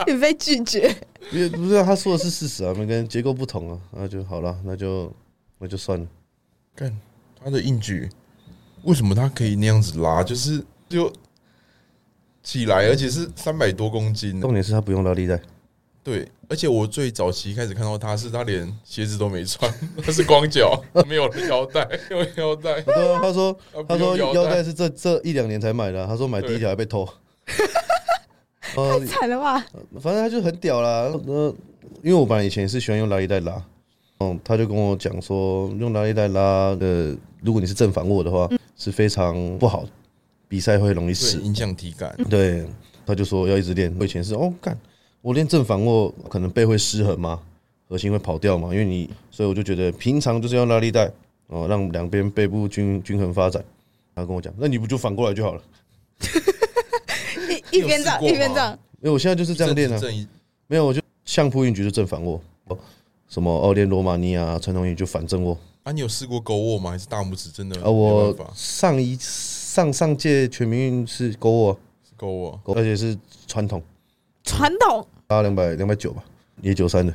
Speaker 1: 你被拒绝，
Speaker 3: 因为不是啊他说的是事实啊，每个人结构不同啊，那就好了，那就那就算了。
Speaker 2: 干他的硬举，为什么他可以那样子拉？就是就起来，而且是三百多公斤呢。
Speaker 3: 重点是他不用劳力带，
Speaker 2: 对，而且我最早期开始看到他是他连鞋子都没穿，他是光脚，没有腰带，没有腰带。
Speaker 3: 对啊，他说
Speaker 2: 啊不
Speaker 3: 他说
Speaker 2: 用
Speaker 3: 腰带
Speaker 2: 带
Speaker 3: 是这这一两年才买的啊、他说买第一条还被 偷。呃，
Speaker 1: 惨了吧？
Speaker 3: 反正他就很屌啦。呃，因为我本来以前也是喜欢用拉力带拉，嗯，他就跟我讲说，用拉力带拉的，如果你是正反握的话，是非常不好的，比赛会容易
Speaker 2: 是
Speaker 3: 死。
Speaker 2: 影响体感，
Speaker 3: 对，他就说要一直练。我以前是哦，干，我练正反握，可能背会失衡嘛，核心会跑掉嘛，因为你，所以我就觉得平常就是要拉力带哦，让两边背部均均衡发展。他跟我讲，那你不就反过来就好了？
Speaker 1: 一一边这样，
Speaker 2: 你有试过
Speaker 1: 一
Speaker 2: 吗
Speaker 1: 边这样，
Speaker 3: 因为我现在就是这样练啊。
Speaker 2: 正一
Speaker 3: 没有，我就相扑运局就正反握，哦，什么奥练罗马尼亚传统运局就反正握。
Speaker 2: 啊，你有试过勾握吗？还是大拇指真的没
Speaker 3: 啊，
Speaker 2: 办
Speaker 3: 我
Speaker 2: 法
Speaker 3: 上一上上届全民运是勾握，
Speaker 2: 是勾握？
Speaker 3: 勾而且是传统，
Speaker 1: 传统
Speaker 3: 拉两百两百九吧，也九三的。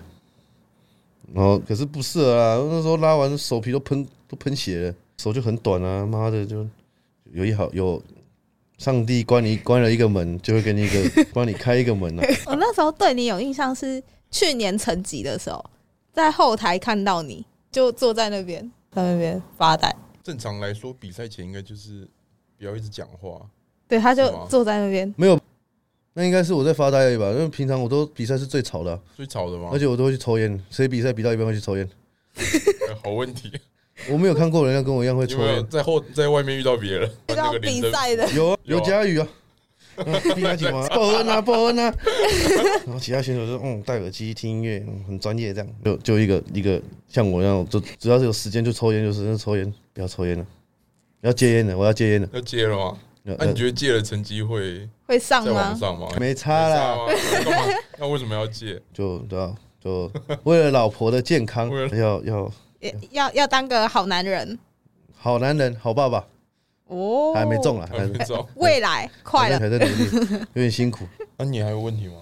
Speaker 3: 然后可是不适合啊，那时候拉完手皮都喷都喷血了，手就很短啊，妈的就有一好有。上帝关你关了一个门，就会给你一个 帮你开一个门啊。
Speaker 1: 我那时候对你有印象是去年成绩的时候，在后台看到你就坐在那边，在那边发呆。
Speaker 2: 正常来说，比赛前应该就是不要一直讲话，
Speaker 1: 对，他
Speaker 2: 是
Speaker 1: 就
Speaker 2: 吗
Speaker 1: 坐在那边，
Speaker 3: 没有，那应该是我在发呆而已吧？因为平常我都比赛是最吵的啊、
Speaker 2: 最吵的吗？
Speaker 3: 而且我都会去抽烟，谁比赛比到一半会去抽烟？
Speaker 2: 哎好问题，
Speaker 3: 我没有看过人家跟我一样会
Speaker 2: 有
Speaker 3: 抽
Speaker 2: 没有
Speaker 3: 烟。
Speaker 2: 在后在外面遇到别 人？
Speaker 1: 遇
Speaker 2: 那
Speaker 1: 到
Speaker 2: 个
Speaker 1: 比
Speaker 2: 铃声
Speaker 1: 赛的，
Speaker 3: 有啊，
Speaker 2: 有啊
Speaker 3: 刘佳宇啊，嗯厉害几 吗？报恩啊，报恩啊！ 然后其他选手说，嗯，戴耳机听音乐，嗯很专业，这样就就一个一个像我那种，就只要是有时间就抽烟，有时间就抽烟，不要抽烟了，不要戒烟了，我要戒烟了。
Speaker 2: 要戒了吗？那、你觉得戒了成绩会
Speaker 1: 会上
Speaker 2: 再往
Speaker 1: 吗？
Speaker 2: 上吗？
Speaker 3: 没差啦，
Speaker 2: 没呃差吗干嘛那为什么要戒？
Speaker 3: 就对啊，就为了老婆的健康
Speaker 2: 为，了
Speaker 3: 要要
Speaker 1: 也要要当个好男人
Speaker 3: 好男人，好爸爸，
Speaker 1: 哦。
Speaker 3: 还没中，啦， 啊
Speaker 2: 还
Speaker 3: 还
Speaker 2: 没走。
Speaker 1: 未来快了，
Speaker 3: 还在努力，有点辛苦。
Speaker 2: 那、你还有问题吗？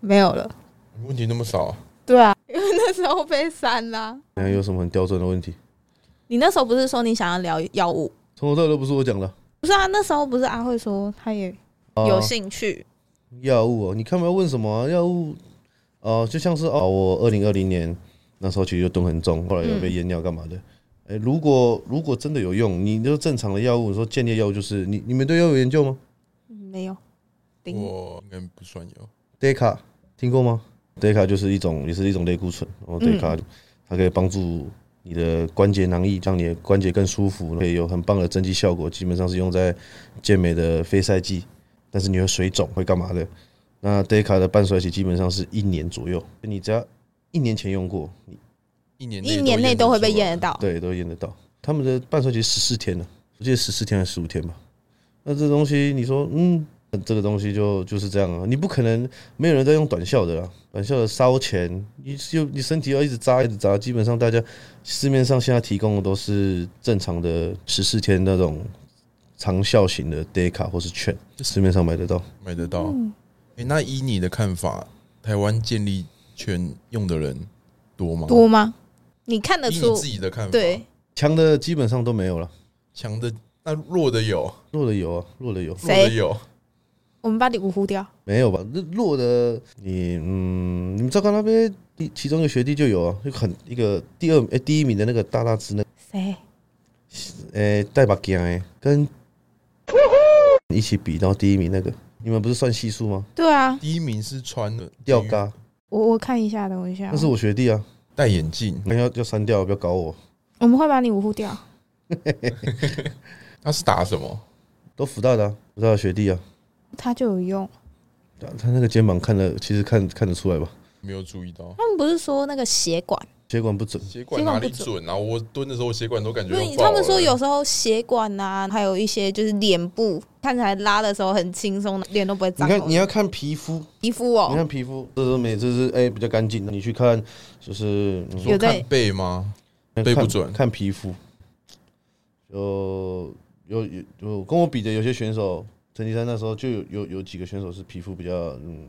Speaker 1: 没有了。
Speaker 2: 你问题那么少、啊，
Speaker 1: 对啊，因为那时候被删啦。
Speaker 3: 然后哎有什么很刁钻的问题？
Speaker 1: 你那时候不是说你想要聊药物？
Speaker 3: 从头到尾都不是我讲的。
Speaker 1: 不是啊，那时候不是阿慧说她也
Speaker 3: 哦
Speaker 1: 有兴趣，
Speaker 3: 药物哦，你看嘛要问什么啊、药物哦、就像是哦，我二零二零年那时候其实就蹲很重，后来又被验尿干嘛的。哎、如果如果真的有用，你就正常的药物，你说间接药物就是你你们对药物有研究吗
Speaker 1: 没有。顶
Speaker 3: 哦
Speaker 2: 我应该不算有。
Speaker 3: ？Deca 听过吗？Deca 嗯就是一种也是一种类固醇，然后 Deca、它可以帮助你的关节囊液，让你的关节更舒服，可以有很棒的增肌效果。基本上是用在健美的非赛季，但是你会水肿，会干嘛的？那 Deca 的半衰期基本上是一年左右，你只要一年前用过，你
Speaker 2: 一年
Speaker 1: 一年内都会被验得
Speaker 2: 得出
Speaker 1: 到。
Speaker 3: 啊对都验得到。他们的半衰期十四天呢，我记得十四天还是十五天吧。那这东西，你说，嗯，这个东西就就是这样啊，你不可能没有人在用短效的啦，啊短效的烧钱，你就你身体要一直扎一直扎，基本上大家市面上现在提供的都是正常的十四天那种长效型的 d a y 卡或是券，市面上买得到。
Speaker 2: 来，买得到。哎、
Speaker 1: 嗯
Speaker 2: 那以你的看法，台湾建立圈用的人多吗？
Speaker 1: 多吗？你看得
Speaker 2: 以你
Speaker 1: 出
Speaker 2: 自？己的看法，
Speaker 1: 对，
Speaker 3: 强的基本上都没有了，
Speaker 2: 强的那弱的有，
Speaker 3: 弱的有啊，弱的有，
Speaker 2: 弱的
Speaker 1: 谁
Speaker 2: 有，
Speaker 1: 我们把你五呼掉。
Speaker 3: 没有吧？那弱的，你嗯，你们赵刚那边，你其中一个学弟就有啊，就很一个第二哎、诶第一名的那个大大只那
Speaker 1: 谁？
Speaker 3: 哎戴把镜哎，跟一起比，然后第一名那个，你们不是算系数吗？
Speaker 1: 对啊，
Speaker 2: 第一名是穿的
Speaker 3: 吊嘎，
Speaker 1: 我我看一下，等我一下哦。
Speaker 3: 那是我学弟啊，
Speaker 2: 戴眼镜，
Speaker 3: 你要要删掉，不要搞我，
Speaker 1: 我们会把你五呼掉。
Speaker 2: 他是打什么？
Speaker 3: 都福大的、啊，福大的学弟啊，
Speaker 1: 他就有用。
Speaker 3: 对啊他那个肩膀看得其实看看得出来吧，
Speaker 2: 没有注意到
Speaker 4: 他们不是说那个血管，
Speaker 3: 血管不准，
Speaker 2: 血管
Speaker 4: 血管
Speaker 2: 哪
Speaker 4: 不
Speaker 2: 里
Speaker 4: 准
Speaker 2: 准啊？我蹲的时候血管都感觉
Speaker 1: 不
Speaker 2: 要
Speaker 1: 是
Speaker 2: 爆
Speaker 1: 他们说
Speaker 2: 了
Speaker 1: 有时候血管啊，还有一些就是脸部看起来拉的时候很轻松，脸都不会
Speaker 3: 你
Speaker 1: 脏。
Speaker 3: 看你要看皮肤，
Speaker 1: 皮肤
Speaker 3: 你
Speaker 1: 哦，
Speaker 3: 看皮肤，这是每次是哎、比较干净的，你去看就是
Speaker 1: 有
Speaker 3: 嗯
Speaker 2: 说
Speaker 1: 在
Speaker 2: 看背吗？背不准
Speaker 3: 看看皮肤，就有有有跟我比的有些选手，成吉山那时候就有有有几个选手是皮肤比较嗯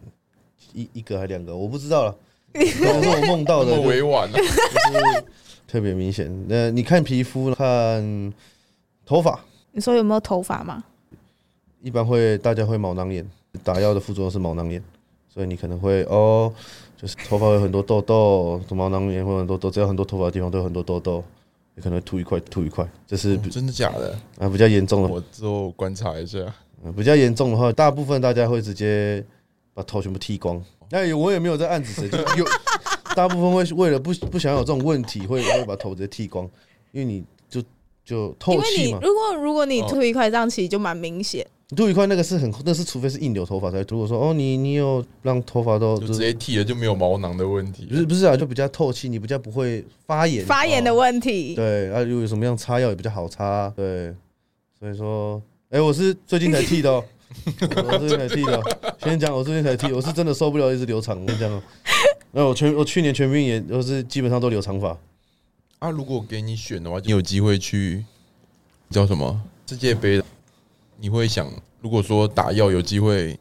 Speaker 3: 一一个还两个，我不知 道了，可能是我梦到
Speaker 2: 那
Speaker 3: 的，
Speaker 2: 么
Speaker 3: 就是
Speaker 2: 委婉啊？
Speaker 3: 特别明显。那你看皮肤，看头发，
Speaker 1: 你说有没有头发吗？
Speaker 3: 一般会大家会毛囊炎，打药的副作用是毛囊炎，所以你可能会哦，就是头发有很多痘痘，毛囊炎会有很多痘，只要很多头发的地方都有很多痘痘，你可能会凸一块凸一块，这是比
Speaker 2: 哦 真的假的？
Speaker 3: 啊比较严重的。
Speaker 2: 我之后观察一下。
Speaker 3: 呃比较严重的话，大部分大家会直接把头全部剃光。那也哎我也没有在暗指谁，就 有大部分会为了不不想有这种问题，会会把头直接剃光，因为你就就
Speaker 1: 因
Speaker 3: 透
Speaker 1: 为
Speaker 3: 气
Speaker 1: 你
Speaker 3: 嘛。
Speaker 1: 如果如果你
Speaker 2: 哦
Speaker 1: 秃一块这样，其实就蛮明显。
Speaker 3: 秃一块那个是很，那是除非是硬留头发才会。如果说哦，你你有让头发都
Speaker 2: 就直接剃了就没有毛囊的问题
Speaker 3: 不。是不是啊，就比较透气，你比较不会发炎。
Speaker 1: 发炎的问题，
Speaker 3: 对啊，如果有什么样擦药也比较好擦。对，所以说，哎、我是最近才剃的、哦，我最近才剃的哦、先讲我最近才剃，我是真的受不了一直留长，我跟你讲哦。那我全我去年全兵也都是基本上都留长发，
Speaker 2: 啊，如果给你选的话，你有机会去叫什么世界杯，你会想，如果说打药有机会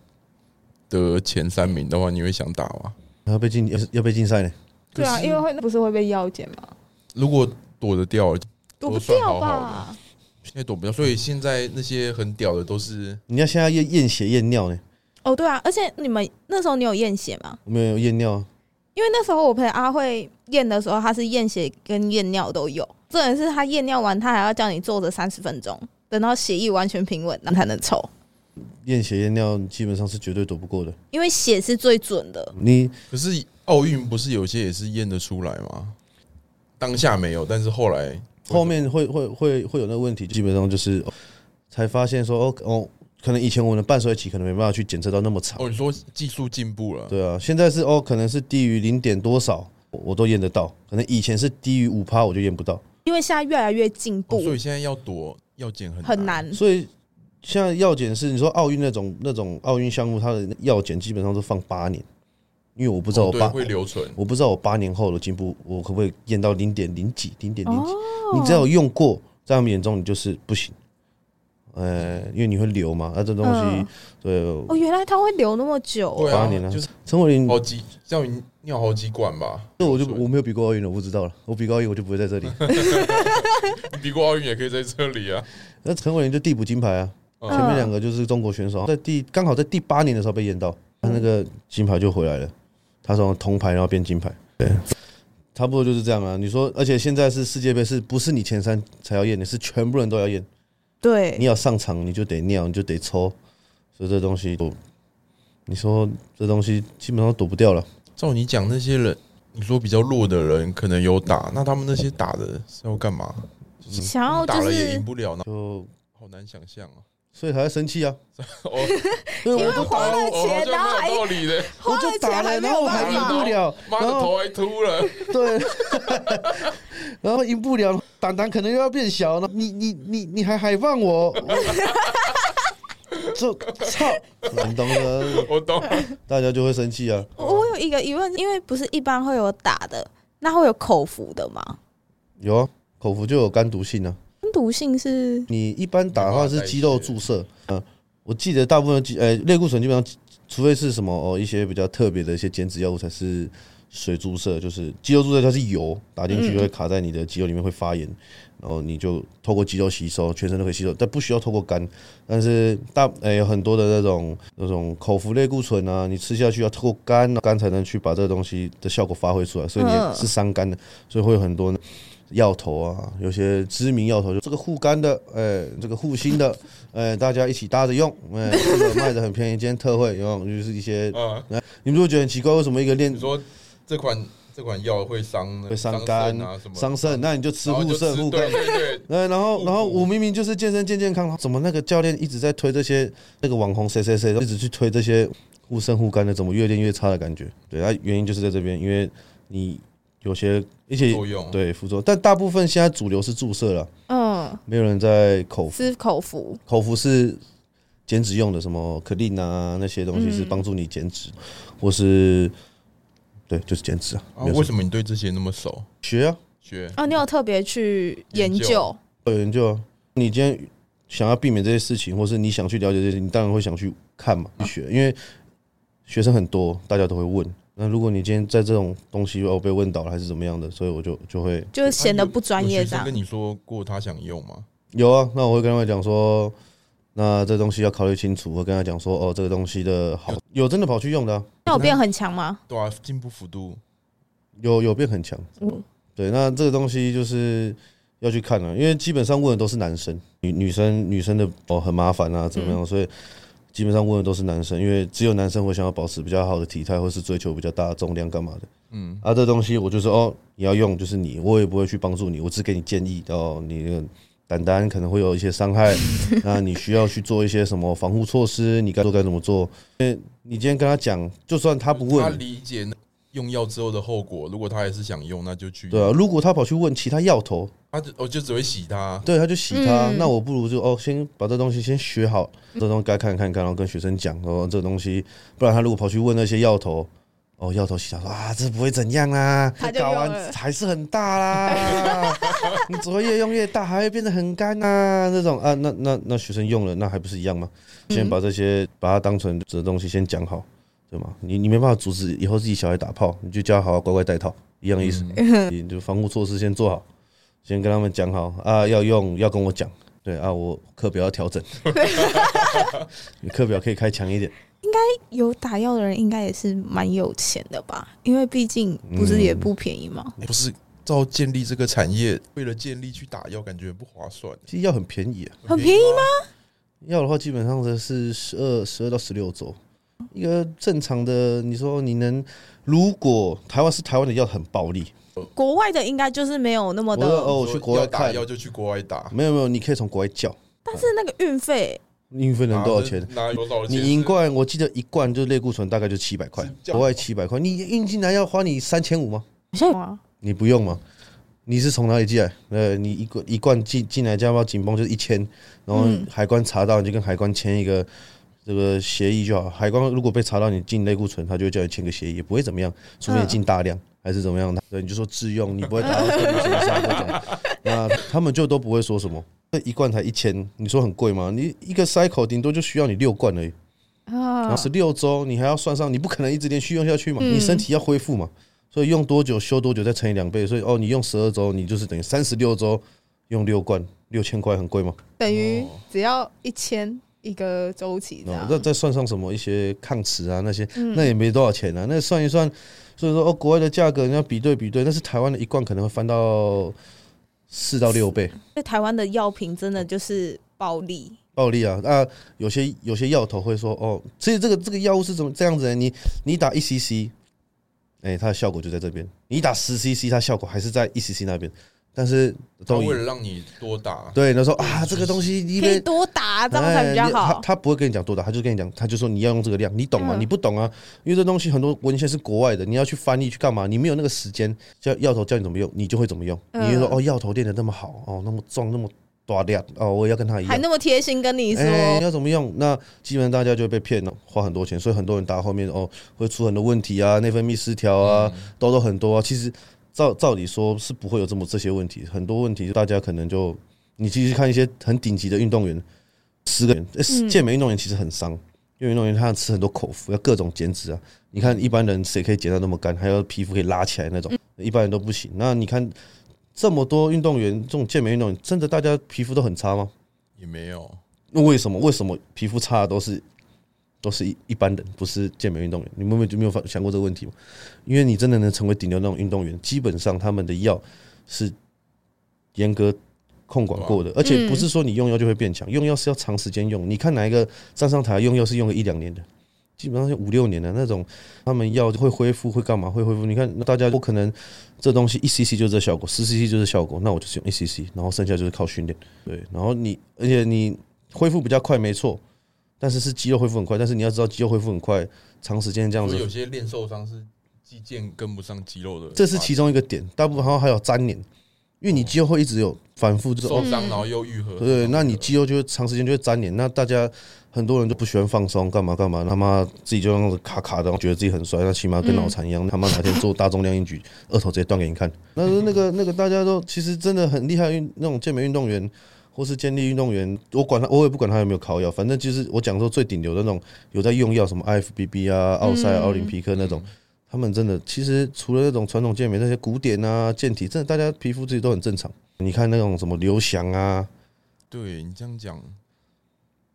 Speaker 2: 得前三名的话，你会想打吗？
Speaker 3: 然后被禁要要被禁赛呢。
Speaker 1: 对啊，
Speaker 2: 可是
Speaker 1: 因为会不是会被腰间吗？
Speaker 2: 如果躲得掉，
Speaker 1: 躲不
Speaker 2: 都算
Speaker 1: 掉
Speaker 2: 好好
Speaker 1: 吧？
Speaker 2: 现在躲不掉，所以现在那些很屌的都是
Speaker 3: 你要现在验验血验尿呢？
Speaker 1: 哦，对啊，而且你们那时候你有验血吗？
Speaker 3: 我没有验尿啊，
Speaker 1: 因为那时候我陪阿慧验的时候，她是验血跟验尿都有。重点是她验尿完，她还要叫你坐着三十分钟，等到血液完全平稳，那才能抽。
Speaker 3: 验血验尿基本上是绝对躲不过的。
Speaker 1: 因为血是最准的，
Speaker 3: 你
Speaker 2: 可是奥运不是有些也是验得出来吗？当下没有，但是后来
Speaker 3: 后面会会会会有那个问题，基本上就是、哦才发现说哦哦，可能以前我们的半衰期可能没办法去检测到那么长。
Speaker 2: 哦，你说技术进步了，
Speaker 3: 对啊，现在是哦，可能是低于零点多少，我我都验得到。可能以前是低于五趴，我就验不到。
Speaker 1: 因为现在越来越进步
Speaker 2: 哦，所以现在要躲要减很哦
Speaker 1: 很难。
Speaker 3: 所以现在药检是你说奥运那种那种奥运项目，它的药检基本上都放八年，因为我不知道
Speaker 2: 哦
Speaker 3: 我
Speaker 2: 对
Speaker 3: 八、
Speaker 2: 会留存。
Speaker 3: 我不知道我八年后的进步，我可不可以验到零点零几、零点零几？你只要有用过，在他们眼中你就是不行。呃，因为你会留嘛，那、这东西，
Speaker 1: 嗯哦，
Speaker 3: 对，
Speaker 1: 原来它会留那么久哦、
Speaker 2: 对啊，
Speaker 3: 八年了
Speaker 2: 就是
Speaker 3: 陈伟林，
Speaker 2: 好几叫你尿好几管吧。
Speaker 3: 这我就我没有比过奥运了，我不知道了，我比过奥运我就不会在这里。
Speaker 2: 你比过奥运也可以在这里啊。
Speaker 3: 那陈伟林就递补金牌啊，
Speaker 2: 嗯
Speaker 3: 前面两个就是中国选手，在第刚好在第八年的时候被验到，他那个金牌就回来了，他从铜牌然后变金牌，对，差不多就是这样啊。你说，而且现在是世界杯，是不是你前三才要验？你是全部人都要验，
Speaker 1: 对
Speaker 3: 你要上场你就得尿，你就得抽，所以这东西我，你说这东西基本上躲不掉了。
Speaker 2: 照你讲那些人，你说比较弱的人可能有打，那他们那些打的是要干嘛？
Speaker 1: 想要
Speaker 2: 打
Speaker 1: 哦就
Speaker 2: 了也
Speaker 1: 是
Speaker 2: 赢不了，那
Speaker 3: 就
Speaker 2: 好难想象啊。
Speaker 3: 所以还在生气啊？
Speaker 2: 哦，
Speaker 3: 对， 我
Speaker 2: 我
Speaker 3: 就
Speaker 2: 打
Speaker 1: 花了
Speaker 2: 我好
Speaker 1: 钱然后
Speaker 2: 像
Speaker 1: 还
Speaker 2: 哦没有道理的，
Speaker 3: 我就打了，然后我还赢不了，
Speaker 2: 妈的
Speaker 3: 然后
Speaker 2: 头还秃了，
Speaker 3: 对，然后赢不了，胆胆可能又要变小了。你你你你还海放我， 我就操！你懂的，
Speaker 2: 我懂。
Speaker 3: 大家就会生气啊。
Speaker 1: 我我有一个疑问，因为不是一般会有打的，那会有口服的吗？
Speaker 3: 有啊，口服就有肝毒性啊。
Speaker 1: 毒性是
Speaker 3: 你一般打的话是肌肉注射，嗯，我记得大部分的肌呃类固醇基本上，除非是什么哦一些比较特别的一些减脂药物才是水注射，就是肌肉注射它是油打进去就会卡在你的肌肉里面会发炎，然后你就透过肌肉吸收，全身都可以吸收，但不需要透过肝。但是大呃有很多的那种那种口服类固醇啊，你吃下去要透过肝肝才能去把这个东西的效果发挥出来，所以你也
Speaker 1: 嗯
Speaker 3: 是伤肝的，所以会有很多药头啊，有些知名药头就这个护肝的，哎、这个护心的，哎、大家一起搭着用，哎、这个卖的很便宜，今天特惠，然后就是一些，哎
Speaker 2: 啊，
Speaker 3: 你们就会觉得很奇怪，为什么一个练
Speaker 2: 你说这款这款药会伤
Speaker 3: 会伤
Speaker 2: 肾
Speaker 3: 肝
Speaker 2: 啊什么，
Speaker 3: 伤肾，那你就吃
Speaker 2: 然后
Speaker 3: 护
Speaker 2: 就
Speaker 3: 肾
Speaker 2: 吃
Speaker 3: 护肝
Speaker 2: 对。对对，
Speaker 3: 哎，然后，
Speaker 2: 互补
Speaker 3: 然后我明明就是健身健健康，怎么那个教练一直在推这些那个网红谁谁谁，一直去推这些护肾护肝的，怎么越练越差的感觉？对，啊，原因就是在这边，因为你有些一些
Speaker 2: 作用
Speaker 3: 对副作用，但大部分现在主流是注射了，
Speaker 1: 嗯，
Speaker 3: 没有人在口服，
Speaker 1: 吃口服，
Speaker 3: 口服是减脂用的，什么可令啊那些东西是帮助你减脂，或是对，就是减脂啊。
Speaker 2: 啊，
Speaker 3: 没有
Speaker 2: 为
Speaker 3: 什
Speaker 2: 什
Speaker 3: 么
Speaker 2: 么你对这些那么熟？
Speaker 3: 学啊？
Speaker 2: 学
Speaker 1: 哦，你有特别去研
Speaker 2: 研
Speaker 1: 究
Speaker 2: 究，
Speaker 3: 有研究啊。你今天想要避免这些事情，或是你想去了解这些，你当然会想去看嘛，去学，因为学生很多，大家都会问。那如果你今天在这种东西哦被问倒了还是怎么样的，所以我就就会
Speaker 1: 就是显得不专业
Speaker 2: 有
Speaker 1: 这
Speaker 2: 学生
Speaker 1: 样
Speaker 2: 跟。你说过他想用吗？
Speaker 3: 有啊。那我会跟他们讲说，那这东西要考虑清楚。我会跟他讲说，哦，这个东西的好，有真的跑去用的啊、
Speaker 1: 那我变很强吗？
Speaker 2: 对啊，进步幅度
Speaker 3: 有有变很强。
Speaker 1: 嗯
Speaker 3: 对，那这个东西就是要去看了、啊因为基本上问的都是男生，女女生女生的哦很麻烦啊，怎么样？所以基本上问的都是男生，因为只有男生会想要保持比较好的体态，或是追求比较大的重量干嘛的。嗯，啊，这东西我就是哦，你要用就是你，我也不会去帮助你，我只给你建议哦，你的胆胆可能会有一些伤害，那你需要去做一些什么防护措施，你该做该怎么做？因为你今天跟他讲，就算他不
Speaker 2: 他
Speaker 3: 问，
Speaker 2: 理解那用药之后的后果，如果他还是想用，那就去。
Speaker 3: 对啊，如果他跑去问其他药头，
Speaker 2: 他就哦我就只会洗他。
Speaker 3: 对，他就洗他。
Speaker 1: 嗯
Speaker 3: 那我不如就哦，先把这东西先学好，这东西该看看看，然后跟学生讲，哦，这东西，不然他如果跑去问那些药头，哦，药头洗他说啊，这不会怎样啦，
Speaker 1: 他就
Speaker 3: 睾
Speaker 1: 用
Speaker 3: 丸
Speaker 1: 了
Speaker 3: 还是很大啦， 你只会越用越大，还会变得很干呐、那种啊，那那那学生用了，那还不是一样吗？先把这些把它当成这东西先讲好，对吗？你你没办法阻止以后自己小孩打炮，你就叫他好好乖乖戴套，一样意思。
Speaker 2: 嗯
Speaker 3: 你就防护措施先做好，先跟他们讲好啊，要用要跟我讲，对啊，我课表要调整， 你课表可以开强一点，
Speaker 1: 有打药的人应该也是蛮有钱的吧？因为毕竟不是也不便宜嘛。
Speaker 2: 不是，照建立这个产业，为了建立去打药，感觉不划算。
Speaker 3: 其实药很便宜、啊，
Speaker 1: 很便宜
Speaker 2: 吗？
Speaker 3: 药的话基本上的是十二十二到十六周，一个正常的，你说你能，如果台湾是台湾的药很暴力，
Speaker 1: 国外的应该就是没有那么
Speaker 3: 我说
Speaker 1: 的，
Speaker 3: 哦我去国外
Speaker 2: 要打
Speaker 3: 看，
Speaker 2: 药就去国外打，
Speaker 3: 没有没有，你可以从国外叫，
Speaker 1: 但是那个运费
Speaker 3: 运费能多少钱？
Speaker 2: 啊拿多少钱？
Speaker 3: 你银罐，我记得一罐就类固醇大概就七百块
Speaker 2: 是，这样
Speaker 3: 国外七百块，你运进来要花你三千五吗？
Speaker 1: 好像有啊，
Speaker 3: 你不用吗？你是从哪里寄来？呃，你一罐一罐进进来，加包紧绷就是一千，然后
Speaker 1: 嗯
Speaker 3: 海关查到，你就跟海关签一个这个协议就好。海关如果被查到你进类固醇，他就会叫你签个协议，也不会怎么样，除非你进大量、还是怎么样的。对，你就说自用，你不会打到对你身上这种。 那他们就都不会说什么。这一罐才一千，你说很贵吗？你一个 cycle 顶多就需要你六罐而已。然
Speaker 1: 啊
Speaker 3: 后，十六周，你还要算上，你不可能一直连续用下去嘛，
Speaker 1: 嗯
Speaker 3: 你身体要恢复嘛，所以用多久休多久再乘以两倍，所以哦，你用十二周，你就是等于三十六周用六罐，六千块很贵吗？
Speaker 1: 等于只要一千一个周期这
Speaker 3: 哦
Speaker 1: 样，
Speaker 3: 那。再算上什么一些抗磁啊那些，那也没多少钱啊，那算一算，所以说哦，国外的价格你要比对比对，但是台湾的一罐可能会翻到四到六倍。
Speaker 1: 在台湾的药品真的就是暴利，
Speaker 3: 暴力啊！那有些有些药头会说，哦，其实这个这个药物是怎么这样子的？你你打一 cc，哎、它的效果就在这边；你打十 cc，它效果还是在一 cc 那边。但是
Speaker 2: 他
Speaker 3: 都一
Speaker 2: 为了让你多打，
Speaker 3: 对，他说啊，这个东西因
Speaker 1: 可以
Speaker 3: 为
Speaker 1: 多打，这样才比较
Speaker 3: 哎他
Speaker 1: 好。
Speaker 3: 他不会跟你讲多大，他就跟你讲，他就说你要用这个量，你懂吗？
Speaker 1: 嗯
Speaker 3: 你不懂啊，因为这东西很多文献是国外的，你要去翻译去干嘛？你没有那个时间，叫药头教你怎么用，你就会怎么用。
Speaker 1: 嗯
Speaker 3: 你就说哦，药头练的那么好，哦，那么壮，那么大量，哦，我也要跟他一
Speaker 1: 还
Speaker 3: 样。
Speaker 1: 那么贴心跟你说，
Speaker 3: 哎要怎么用？那基本上大家就会被骗了，花很多钱，所以很多人打后面哦会出很多问题啊，内分泌失调啊，
Speaker 1: 嗯
Speaker 3: 痘痘、很多啊。其实照照理说是不会有这么这些问题，很多问题大家可能就你其实看一些很顶级的运动员，十个人、哎
Speaker 1: 嗯
Speaker 3: 健美运动员其实很伤，因为运动员他吃很多口服，要各种减脂啊。你看一般人谁可以减到那么干，还有皮肤可以拉起来那种，
Speaker 1: 嗯
Speaker 3: 一般人都不行。那你看。这么多运动员，这种健美运动员，真的大家皮肤都很差吗？
Speaker 2: 也没有。
Speaker 3: 那为什么为什么皮肤差的都是都是一一般人，不是健美运动员？你们有没有就没有发想过这个问题吗？因为你真的能成为顶流那种运动员，基本上他们的药是严格控管过的，而且不是说你用药就会变强，用药是要长时间用。你看哪一个站上台用药是用个一两年的，基本上就五六年了，那种他们要会恢复会干嘛？会恢复？你看大家不可能这东西一 cc 就这效果，十 cc 就这效果，那我就是用一 cc，然后剩下就是靠训练。对，然后你而且你恢复比较快，没错，但是是肌肉恢复很快，但是你要知道肌肉恢复很快，长时间这样
Speaker 2: 所
Speaker 3: 子
Speaker 2: 以有些练受伤是肌腱跟不上肌肉的，
Speaker 3: 这是其中一个点。大部分然后还有粘连，因为
Speaker 2: 哦
Speaker 3: 你肌肉会一直有反复这种
Speaker 2: 受伤然后又愈合。
Speaker 3: 对，那你肌肉就会长时间就会粘连，那大家很多人就不喜欢放松，干嘛干嘛，他妈自己就那样子卡卡的，然后觉得自己很帅，那起码跟脑残一样，他妈哪天做大重量 硬举，二头直接断给你看。那那个那个大家都其实真的很厉害，运那种健美运动员或是健力运动员，我管他，我也不管他有没有靠药，反正就是我讲说最顶流的那种有在用药，什么 IFBB 啊、奥赛、
Speaker 1: 嗯
Speaker 3: 奥林匹克那种。他们真的，其实除了那种传统健美那些古典啊、健体，真的大家皮肤自己都很正常。你看那种什么刘翔啊，
Speaker 2: 对你这样讲，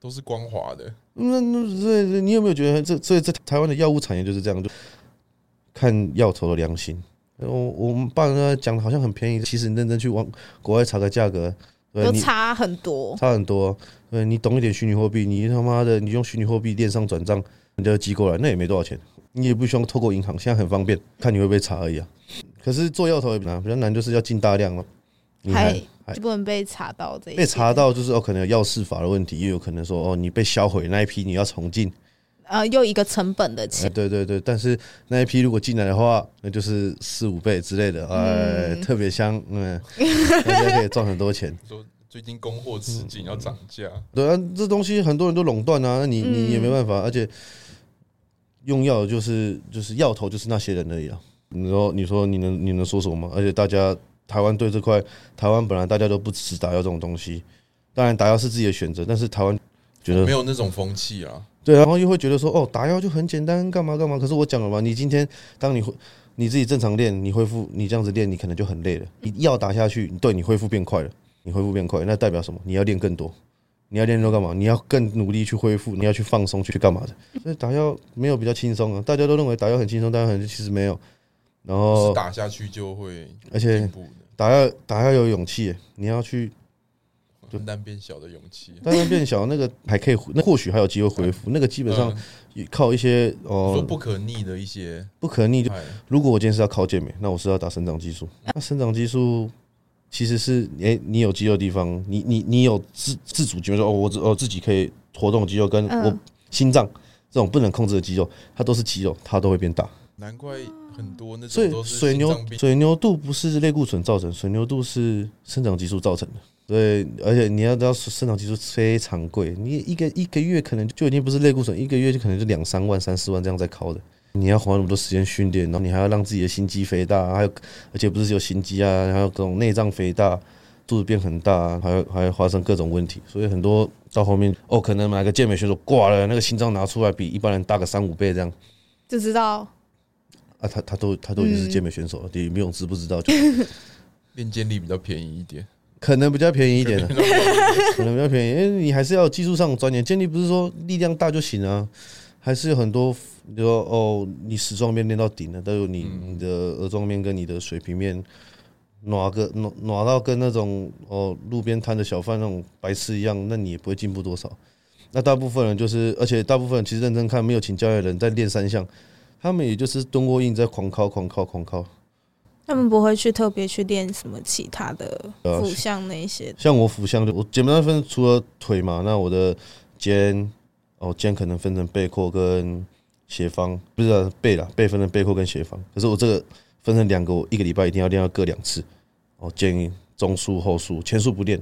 Speaker 2: 都是光滑的，
Speaker 3: 那那所以你有没有觉得这所以这台湾的药物产业就是这样，就看药头的良心。呃我我们爸呢讲的好像很便宜，其实你认真去往国外查个价格，对
Speaker 1: 都
Speaker 3: 你
Speaker 1: 差很多。
Speaker 3: 差很多。对你懂一点虚拟货币，你他妈的你用虚拟货币链上转账，人家就寄过来，那也没多少钱，你也不需要透过银行，现在很方便，看你会不会查而已啊。可是做药头啊也比较难，比较难就是要进大量了，你还
Speaker 1: 还就不能被查到这一
Speaker 3: 哎被
Speaker 1: 些
Speaker 3: 查到就是哦，可能有药事法的问题，也有可能说哦你被销毁那一批你要重进。
Speaker 1: 呃，又一个成本的
Speaker 3: 哎
Speaker 1: 钱，
Speaker 3: 对对对，但是那一批如果进来的话，那就是四五倍之类的，哎，特别香，嗯，大家可以赚很多钱。
Speaker 2: 说最近供货吃紧要涨价，
Speaker 3: 对啊，这东西很多人都垄断啊，那你你也没办法，而且用药就是就是药头就是那些人而已啊。你说你说你能你能说什么吗？而且大家台湾对这块，台湾本来大家都不吃打药这种东西，当然打药是自己的选择，但是台湾觉得
Speaker 2: 没有那种风气啊。
Speaker 3: 对，然后又会觉得说，哦，打药就很简单，干嘛干嘛。可是我讲了嘛，你今天当你恢你自己正常练，你恢复，你这样子练，你可能就很累了。你药打下去，对你恢复变快了，你恢复变快，那代表什么？你要练更多，你要练多干嘛？你要更努力去恢复，你要去放松，去干嘛的？所以打药没有比较轻松啊，大家都认为打药很轻松，但很其实没有。然
Speaker 2: 是
Speaker 3: 后，
Speaker 2: 打下去就会
Speaker 3: 哦而
Speaker 2: 进
Speaker 3: 且
Speaker 2: 步的，
Speaker 3: 打药打药有勇气耶，你要去
Speaker 2: 分担变小的勇气。啊
Speaker 3: 当然变小，那个还可以，那或许还有机会恢复。那个基本上
Speaker 2: 嗯
Speaker 3: 靠一些
Speaker 2: 说
Speaker 3: 哦
Speaker 2: 不可逆的一些，
Speaker 3: 不可逆，
Speaker 2: 哎
Speaker 3: 如果我今天是要靠健美，那我是要打生长激素。那生长激素其实是，诶、你有肌肉的地方，你你你有自自主肌肉，哦，我自哦自己可以活动的肌肉，跟
Speaker 1: 嗯
Speaker 3: 我心脏这种不能控制的肌肉，它都是肌肉，它都会变大。
Speaker 2: 难怪很多那
Speaker 3: 所
Speaker 2: 种
Speaker 3: 以
Speaker 2: 都是
Speaker 3: 水
Speaker 2: 心
Speaker 3: 牛
Speaker 2: 脏病
Speaker 3: 水牛肚不是类固醇造成，水牛肚是生长激素造成的。对，而且你要知道，生长激素非常贵，你一个一个月可能就已经不是类固醇，一个月就可能就两三万、三四万这样在考的。你要花那么多时间训练，然后你还要让自己的心肌肥大，还有而且不是只有心肌啊，还有各种内脏肥大，肚子变很大，还有还有发生各种问题。所以很多到后面哦，可能买个健美选手挂了，那个心脏拿出来比一般人大个三五倍这样。
Speaker 1: 就知道
Speaker 3: 啊，他他都他都已经是健美选手了，李明勇知不知道？就
Speaker 2: 练健力比较便宜一点，
Speaker 3: 可能比较便宜一点的，可能比较便宜，因为你还是要有技术上的钻研。建立不是说力量大就行啊，还是有很多，比如说哦，你矢状面练到顶了，都有你你的额状面跟你的水平面，暖个暖暖到跟那种哦路边摊的小贩那种白痴一样，那你也不会进步多少。那大部分人就是，而且大部分人其实认真看，没有请教练的人在练三项，他们也就是蹲卧硬在狂敲狂敲狂敲。
Speaker 1: 他们不会去特别去练什么其他的
Speaker 3: 对啊
Speaker 1: 腹项那一些，
Speaker 3: 像我腹项，就我简单分除了腿嘛，那我的肩，哦，肩可能分成背阔跟斜方，不是啊、背啦，背分成背阔跟斜方。可是我这个分成两个，我一个礼拜一定要练到各两次。哦，建议中束、后束、前束不练，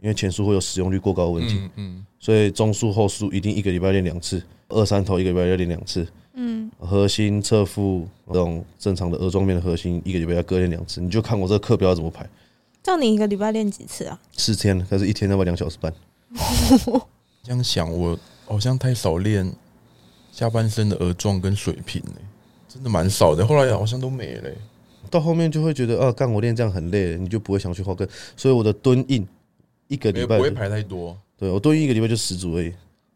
Speaker 3: 因为前束会有使用率过高的问题，
Speaker 2: 嗯嗯，
Speaker 3: 所以中束、后束一定一个礼拜练两次，二三头一个礼拜要练两次。
Speaker 1: 嗯，
Speaker 3: 核心、侧腹这种正常的额状面的核心，一个礼拜要各练两次。你就看我这个课表要怎么排。
Speaker 1: 叫你一个礼拜练几次啊？
Speaker 3: 四天，可是一天要不要两小时半？
Speaker 2: 这样想我好像太少练下半身的额状跟水平嘞、真的蛮少的。后来好像都没了欸、
Speaker 3: 到后面就会觉得啊，干我练这样很累，你就不会想去花个。所以我的蹲硬一个
Speaker 2: 没
Speaker 3: 礼
Speaker 2: 有
Speaker 3: 拜
Speaker 2: 不会
Speaker 3: 就，
Speaker 2: 排太多。
Speaker 3: 对我蹲硬一个礼拜就十组而已，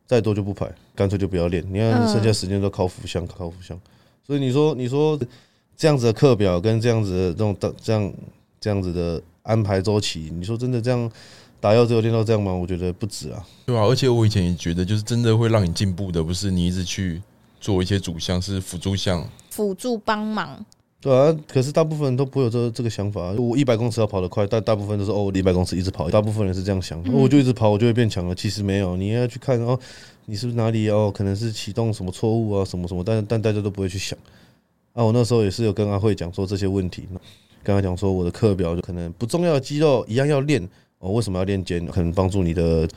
Speaker 3: 再多就不排，干脆就不要练。你看
Speaker 1: 嗯
Speaker 3: 剩下时间都靠腹项，靠腹项。所以你说，你说这样子的课表跟这样子的这种的这样这样子的安排周期，你说真的这样打药只有练到这样吗？我觉得不止啊。
Speaker 2: 对啊，而且我以前也觉得，就是真的会让你进步的，不是你一直去做一些主项，是辅助项。
Speaker 1: 辅助帮忙。
Speaker 3: 对啊，可是大部分人都不会有这这个想法。我一百公尺要跑得快，但大部分都是哦，我一百公尺一直跑。大部分人是这样想，哦我就一直跑，我就会变强了。其实没有，你要去看哦，你是不是哪里哦，可能是启动什么错误啊，什么什么，但但大家都不会去想。啊，我那时候也是有跟阿慧讲说这些问题，跟他讲说我的课表就可能不重要的肌肉一样要练哦，为什么要练肩？可能帮助你的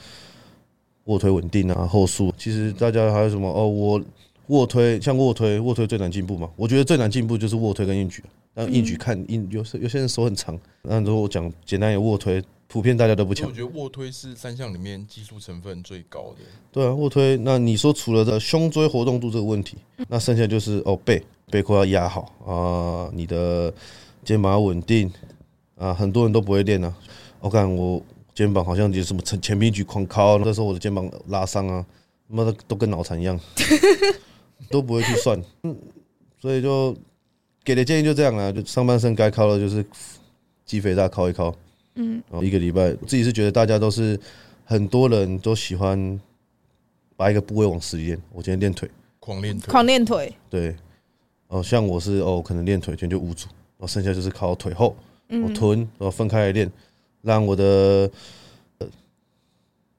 Speaker 3: 卧推稳定啊，后束。其实大家还有什么哦，我卧推，像卧推，卧推最难进步嘛。我觉得最难进步就是卧推跟硬举。啊但硬举看硬，有时有些人手很长。那如果我讲简单一点，卧推普遍大家都不
Speaker 2: 而且
Speaker 3: 强
Speaker 2: 我。觉得卧推是三项里面技术成分最高的，
Speaker 3: 对啊，卧推。那你说除了这胸椎活动度这个问题，那剩下就是哦背背阔要压好啊、你的肩膀要稳定啊、很多人都不会练啊。我、看我肩膀好像有什么前前臂举狂敲，那时候我的肩膀拉伤啊，妈的都跟脑残一样， 都不会去算。嗯，所以就给的建议就这样啦，就上半身该敲的就是肌肥大敲一敲。
Speaker 1: 嗯，
Speaker 3: 然后一个礼拜，我自己是觉得大家都是很多人都喜欢把一个部位往死里练。我今天练腿，
Speaker 2: 狂练腿。
Speaker 1: 狂练腿，
Speaker 3: 对，哦，像我是哦，可能练腿，今天就五组，然后剩下就是靠腿后，我
Speaker 1: 嗯，
Speaker 3: 臀，然后分开来练，让我的呃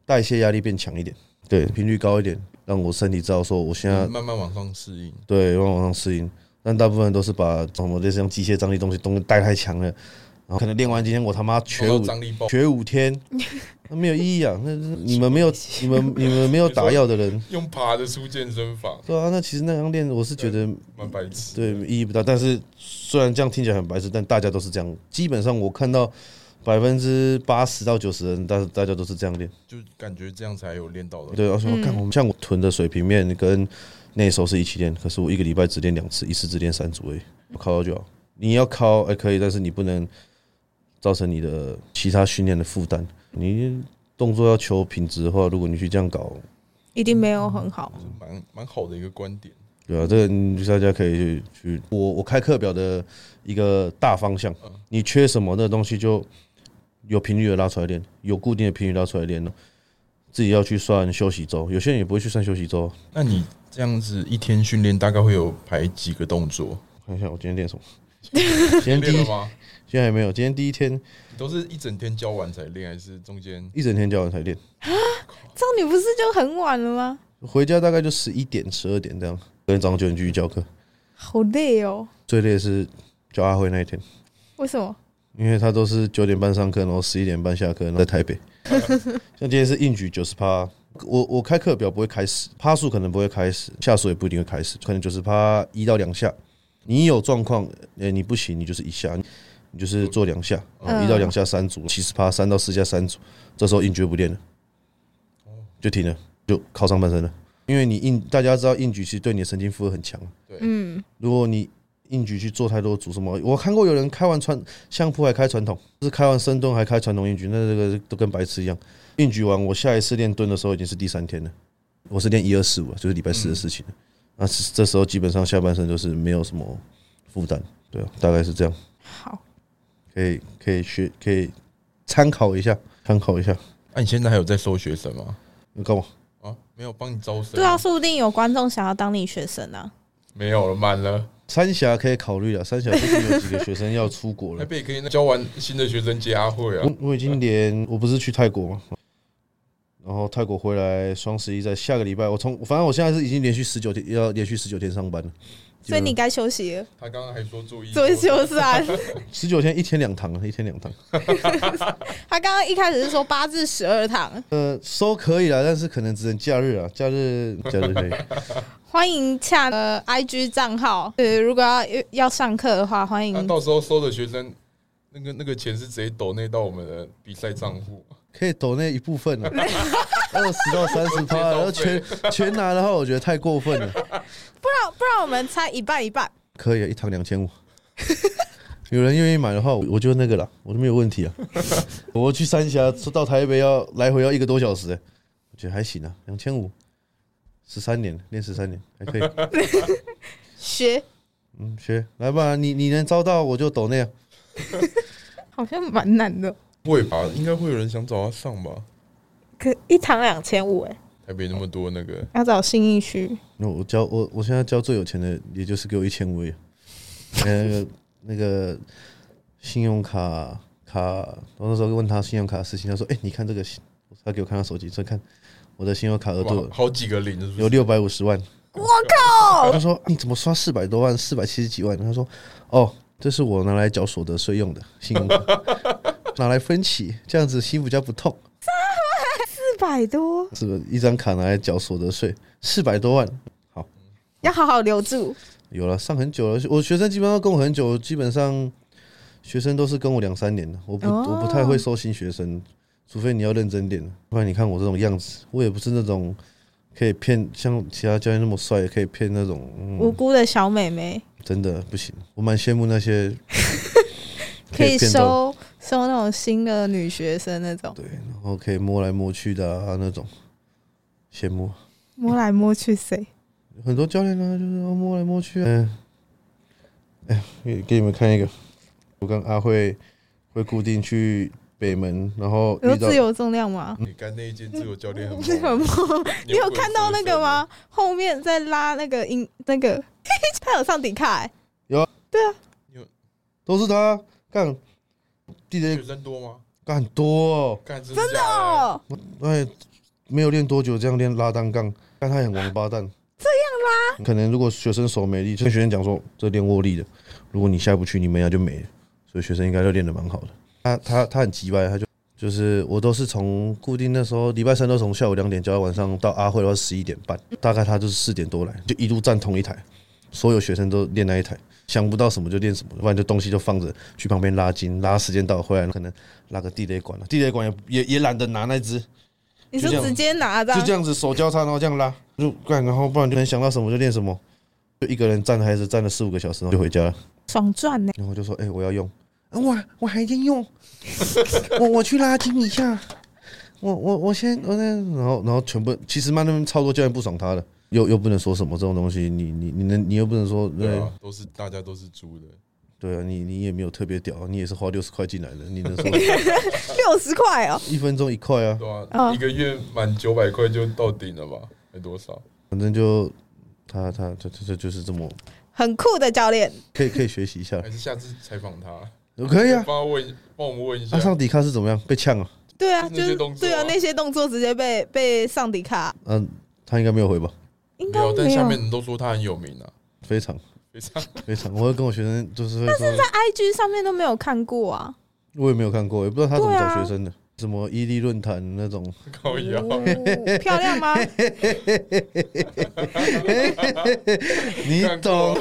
Speaker 3: 代谢压力变强一点，对，频率高一点，让我身体知道说我现在
Speaker 2: 嗯慢慢往上适应，
Speaker 3: 对，往往上适应。但大部分都是把哦什么类似用机械张力东西东西带太强了，然后可能练完今天我他妈
Speaker 2: 学
Speaker 3: 全五
Speaker 2: 张力爆，
Speaker 3: 学五天，那没有意义啊！那那你们没有，你们你们没有打药的人，
Speaker 2: 用爬的出健身法，
Speaker 3: 对啊，那其实那样练，我是觉得
Speaker 2: 蛮白痴。
Speaker 3: 对意义不大。但是虽然这样听起来很白痴，但大家都是这样。基本上我看到百分之八十到九十的人，大大家都是这样练。
Speaker 2: 就感觉这样才有练到的。
Speaker 3: 对，而且我
Speaker 1: 嗯
Speaker 3: 看我们像我臀的水平面跟内收是一起练，可是我一个礼拜只练两次，一次只练三组而已。我靠到就好，你要靠还可以，但是你不能造成你的其他训练的负担。你动作要求品质的话，如果你去这样搞，
Speaker 1: 一定没有很好。
Speaker 3: 嗯
Speaker 2: 蛮蛮好的一个观点。
Speaker 3: 对啊，这个你大家可以去去我我开课表的一个大方向，
Speaker 2: 嗯
Speaker 3: 你缺什么那东西就有频率的拉出来练，有固定的频率拉出来练了。自己要去算休息周，有些人也不会去算休息周。
Speaker 2: 那你这样子一天训练大概会有排几个动作？
Speaker 3: 看一下我今 天练什么？今天第
Speaker 2: 练
Speaker 3: 一
Speaker 2: 了，吗？
Speaker 3: 今天还没有，今天第一天
Speaker 2: 你都是一整天教完才练，还是中间
Speaker 3: 一整天教完才练，
Speaker 1: 这样你不是就很晚了吗？
Speaker 3: 回家大概就十一点、十二点这样。昨天早上九点继续教课，
Speaker 1: 好累哦，
Speaker 3: 最累的是教阿辉那一天，
Speaker 1: 为什么？
Speaker 3: 因为他都是九点半上课，然后十一点半下课，然后在 台北。像今天是硬举九十趴，我我开课表不会开始，趴数可能不会开始，下数也不一定会开始，可能九十趴一到两下。你有状况，呃、你不行，你就是一下，你就是做两下，哦
Speaker 1: 嗯
Speaker 3: 一到两下三组，七十趴三到四下三组，这时候硬举就不练了，就停了，就靠上半身了。因为你硬，大家知道硬举其实对你的神经负荷很强，
Speaker 1: 嗯，
Speaker 3: 如果你硬举去做太多组什么，我看过有人开完传相扑还开传统，就是开完深蹲还开传统硬举，那这个都跟白痴一样。硬举完，我下一次练蹲的时候已经是第三天了，我是练一二四五，啊就是礼拜四的事情了。那是这时候基本上下半身就是没有什么负担，对啊，大概是这样，
Speaker 1: 好，
Speaker 3: 可以可以学可以参考一下，参考一下。
Speaker 2: 那、啊你现在还有在收学生吗？
Speaker 3: 你干嘛？
Speaker 2: 啊，没有帮你招生？
Speaker 1: 对啊，，说不定有观众想要当你学生啊。
Speaker 2: 没有了，满了。
Speaker 3: 三峡可以考虑了，啊三峡最近有几个学生要出国
Speaker 2: 台
Speaker 3: 了。
Speaker 2: 哎北可以教完新的学生接阿慧啊，
Speaker 3: 我我已经连我不是去泰国嘛，然后泰国回来双十一在下个礼拜，我从反正我现在是已经连续十九天要连续十九天上班了，
Speaker 1: 所以你该休息了，
Speaker 2: 他刚刚还说做一
Speaker 1: 所以休啊三。
Speaker 3: 十九天一天两堂，一天两堂，
Speaker 1: 他刚刚一开始是说八至十二堂，
Speaker 3: 呃，收可以啦，但是可能只能假日啊，假日假日可以，
Speaker 1: 欢迎洽呃 IG 账号，呃，如果要要上课的话，欢
Speaker 2: 那、
Speaker 1: 迎
Speaker 2: 啊到时候收的学生，那个那个钱是直接抖内到我们的比赛账户，
Speaker 3: 可以抖那一部分了、啊，二十到三十趴，然后全全拿的话，我觉得太过分了，
Speaker 1: 不然我们猜一半一半。
Speaker 3: 可以、啊、一堂两千五。 有人愿意买的话，我我就那个了，我就没有问题啊。我去三峡到台北要来回要一个多小时、欸我觉得还行啊，两千五，十三年练十三年还可以。
Speaker 1: 学
Speaker 3: 嗯，学来吧，你你能招到我就抖啊那样。
Speaker 1: 好像蛮难的，
Speaker 2: 会吧？应该会有人想找他上吧？
Speaker 1: 可一堂两千五哎，
Speaker 2: 台北那么多那个，
Speaker 1: 要找新义区，
Speaker 3: 那我交我我现在交最有钱的，也就是给我一千五而已，那个那个信用卡卡，我那时候问他信用卡的事情，他说：“哎、你看这个信，他给我看他手机，再看我的信用卡额
Speaker 2: 哇
Speaker 3: 度
Speaker 2: 好几个零是不
Speaker 3: 有
Speaker 2: 是？
Speaker 3: 六百五十万。”
Speaker 5: 我靠！
Speaker 3: 他说：“你怎么刷四百多万，四百七十几万？”他说：“哦，这是我拿来缴所得税用的信用卡，拿来分期，这样子心比较不痛。
Speaker 1: 四百多，
Speaker 3: 是不是一张卡拿来缴所得税，四百多万，
Speaker 1: 要好好留住。
Speaker 3: 有了，上很久了。我学生基本上跟我很久，基本上学生都是跟我两三年的。我不、
Speaker 1: 哦
Speaker 3: 我不太会收新学生，除非你要认真点。不然你看我这种样子，我也不是那种可以骗像其他教练那么帅，也可以骗那种。
Speaker 1: 无
Speaker 3: 嗯，
Speaker 1: 辜的小美眉
Speaker 3: 真的不行。我蛮羡慕那些
Speaker 1: 可以
Speaker 3: 骗到，
Speaker 1: 收收那种新的女学生那种，
Speaker 3: 然后可以摸来摸去的啊那种，羡慕
Speaker 1: 摸来摸去谁？
Speaker 3: 很多教练呢，就是摸来摸去、啊。嗯，哎，给给你们看一个，我跟阿慧会固定去北门，然后
Speaker 1: 有
Speaker 3: 遇到
Speaker 1: 自由重量吗？
Speaker 2: 你干那一间自由 教练很
Speaker 1: 日本
Speaker 2: 猛
Speaker 1: 摸，你有
Speaker 2: 鬼
Speaker 1: 看到那个吗？后面在拉那个音，那个 他有上底卡、欸，
Speaker 3: 都是他干
Speaker 2: 学
Speaker 3: DJ
Speaker 2: 生多吗？
Speaker 3: 干多、哦，
Speaker 2: 干真
Speaker 1: 真的
Speaker 2: 哦，
Speaker 1: 哦，
Speaker 3: 哎，没有练多久，这样练拉单杠，但他也很王八蛋。这样拉，可能如果学生手没力，就跟学生讲说这练握力的，如果你下不去，你门牙就没了。所以学生应该都练得蛮好的。他他他很急掰，他就就是我都是从固定那时候礼拜三都从下午两点教到晚上到阿慧的话十一点半，大概他就是四点多来，就一路站同一台，所有学生都练那一台。想不到什么就练什么，不然就东西就放着，去旁边拉筋，拉时间到回来可能拉个地雷管了，地雷管也也也懒得拿那只，
Speaker 1: 你说
Speaker 3: 就这样
Speaker 1: 直接拿的啊
Speaker 3: 就，这样子手交叉，然后这样拉，就干，然后不然就能想到什么就练什么，就一个人站还是站了四五个小时，然后就回家了。
Speaker 1: 爽赚欸呢、
Speaker 3: 然后我就说，哎、我要用，啊、我我还在用， 我我去拉筋一下，我我我先我那，然后然后全部其实嘛那边超多教练不爽他的，又又不能说什么这种东西，你你你能你又不能说
Speaker 2: 对啊，都是大家都是猪的，
Speaker 3: 对啊，你你也没有特别屌，你也是花六十块进来的，你能说
Speaker 1: 六十块哦，
Speaker 3: 一分钟一块啊？
Speaker 2: 对啊，
Speaker 1: 哦
Speaker 2: 一个月满九百块就到顶了吧？还多少？
Speaker 3: 反正就他他他他他就是这么
Speaker 1: 很酷的教练，
Speaker 3: 可以可以学习一下
Speaker 2: 还，是下次采访他？
Speaker 3: 可以啊。
Speaker 2: 帮他问，帮我们问一下
Speaker 3: 他、。啊上迪卡是怎么样？被呛啊？
Speaker 1: 对啊，
Speaker 2: 就
Speaker 1: 就是
Speaker 2: 那些
Speaker 1: 是
Speaker 2: 动作啊
Speaker 1: 对啊，那些动作直接被被上底卡，
Speaker 3: 嗯、他应该没有回吧？
Speaker 1: 应
Speaker 2: 没
Speaker 1: 该
Speaker 2: 有，但
Speaker 1: 没
Speaker 2: 下
Speaker 1: 有。
Speaker 2: 面人都说他很有名啊，
Speaker 3: 非常
Speaker 2: 非常
Speaker 3: 非常，我会跟我学生就是会说，
Speaker 1: IG 上面都没有看过啊，
Speaker 3: 我也没有看过，也不知道他怎么
Speaker 1: 对
Speaker 3: 找
Speaker 1: 啊
Speaker 3: 学生的，什么伊利论坛那种，
Speaker 2: 高腰。
Speaker 1: 哦漂亮吗？
Speaker 3: 你
Speaker 2: 看过
Speaker 3: 懂？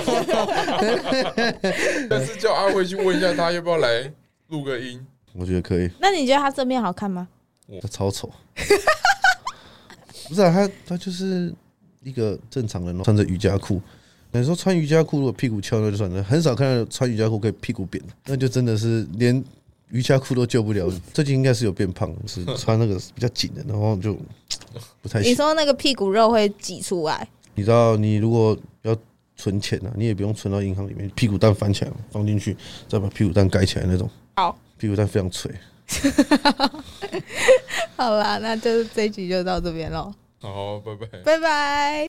Speaker 2: 但是叫阿辉去问一下他要不要来录个音。
Speaker 3: 我觉得可以，
Speaker 1: 那你觉得他正面好看吗？
Speaker 3: 他超丑， 不是啊，他他就是一个正常人哦，穿着瑜伽裤。你说穿瑜伽裤，如果屁股翘那就算了，很少看到穿瑜伽裤可以屁股扁的，那就真的是连瑜伽裤都救不了你。最近应该是有变胖，是穿那个比较紧的，然后就不太行
Speaker 1: 你。说那个屁股肉会挤出来，
Speaker 3: 你知道，你如果要存钱啊，你也不用存到银行里面，屁股蛋翻起来放进去，再把屁股蛋盖起来那种。
Speaker 1: 好，
Speaker 3: 屁股蛋非常脆。
Speaker 1: 好啦，那就是这一集就到这边喽，
Speaker 2: 好，拜拜。
Speaker 1: 拜拜。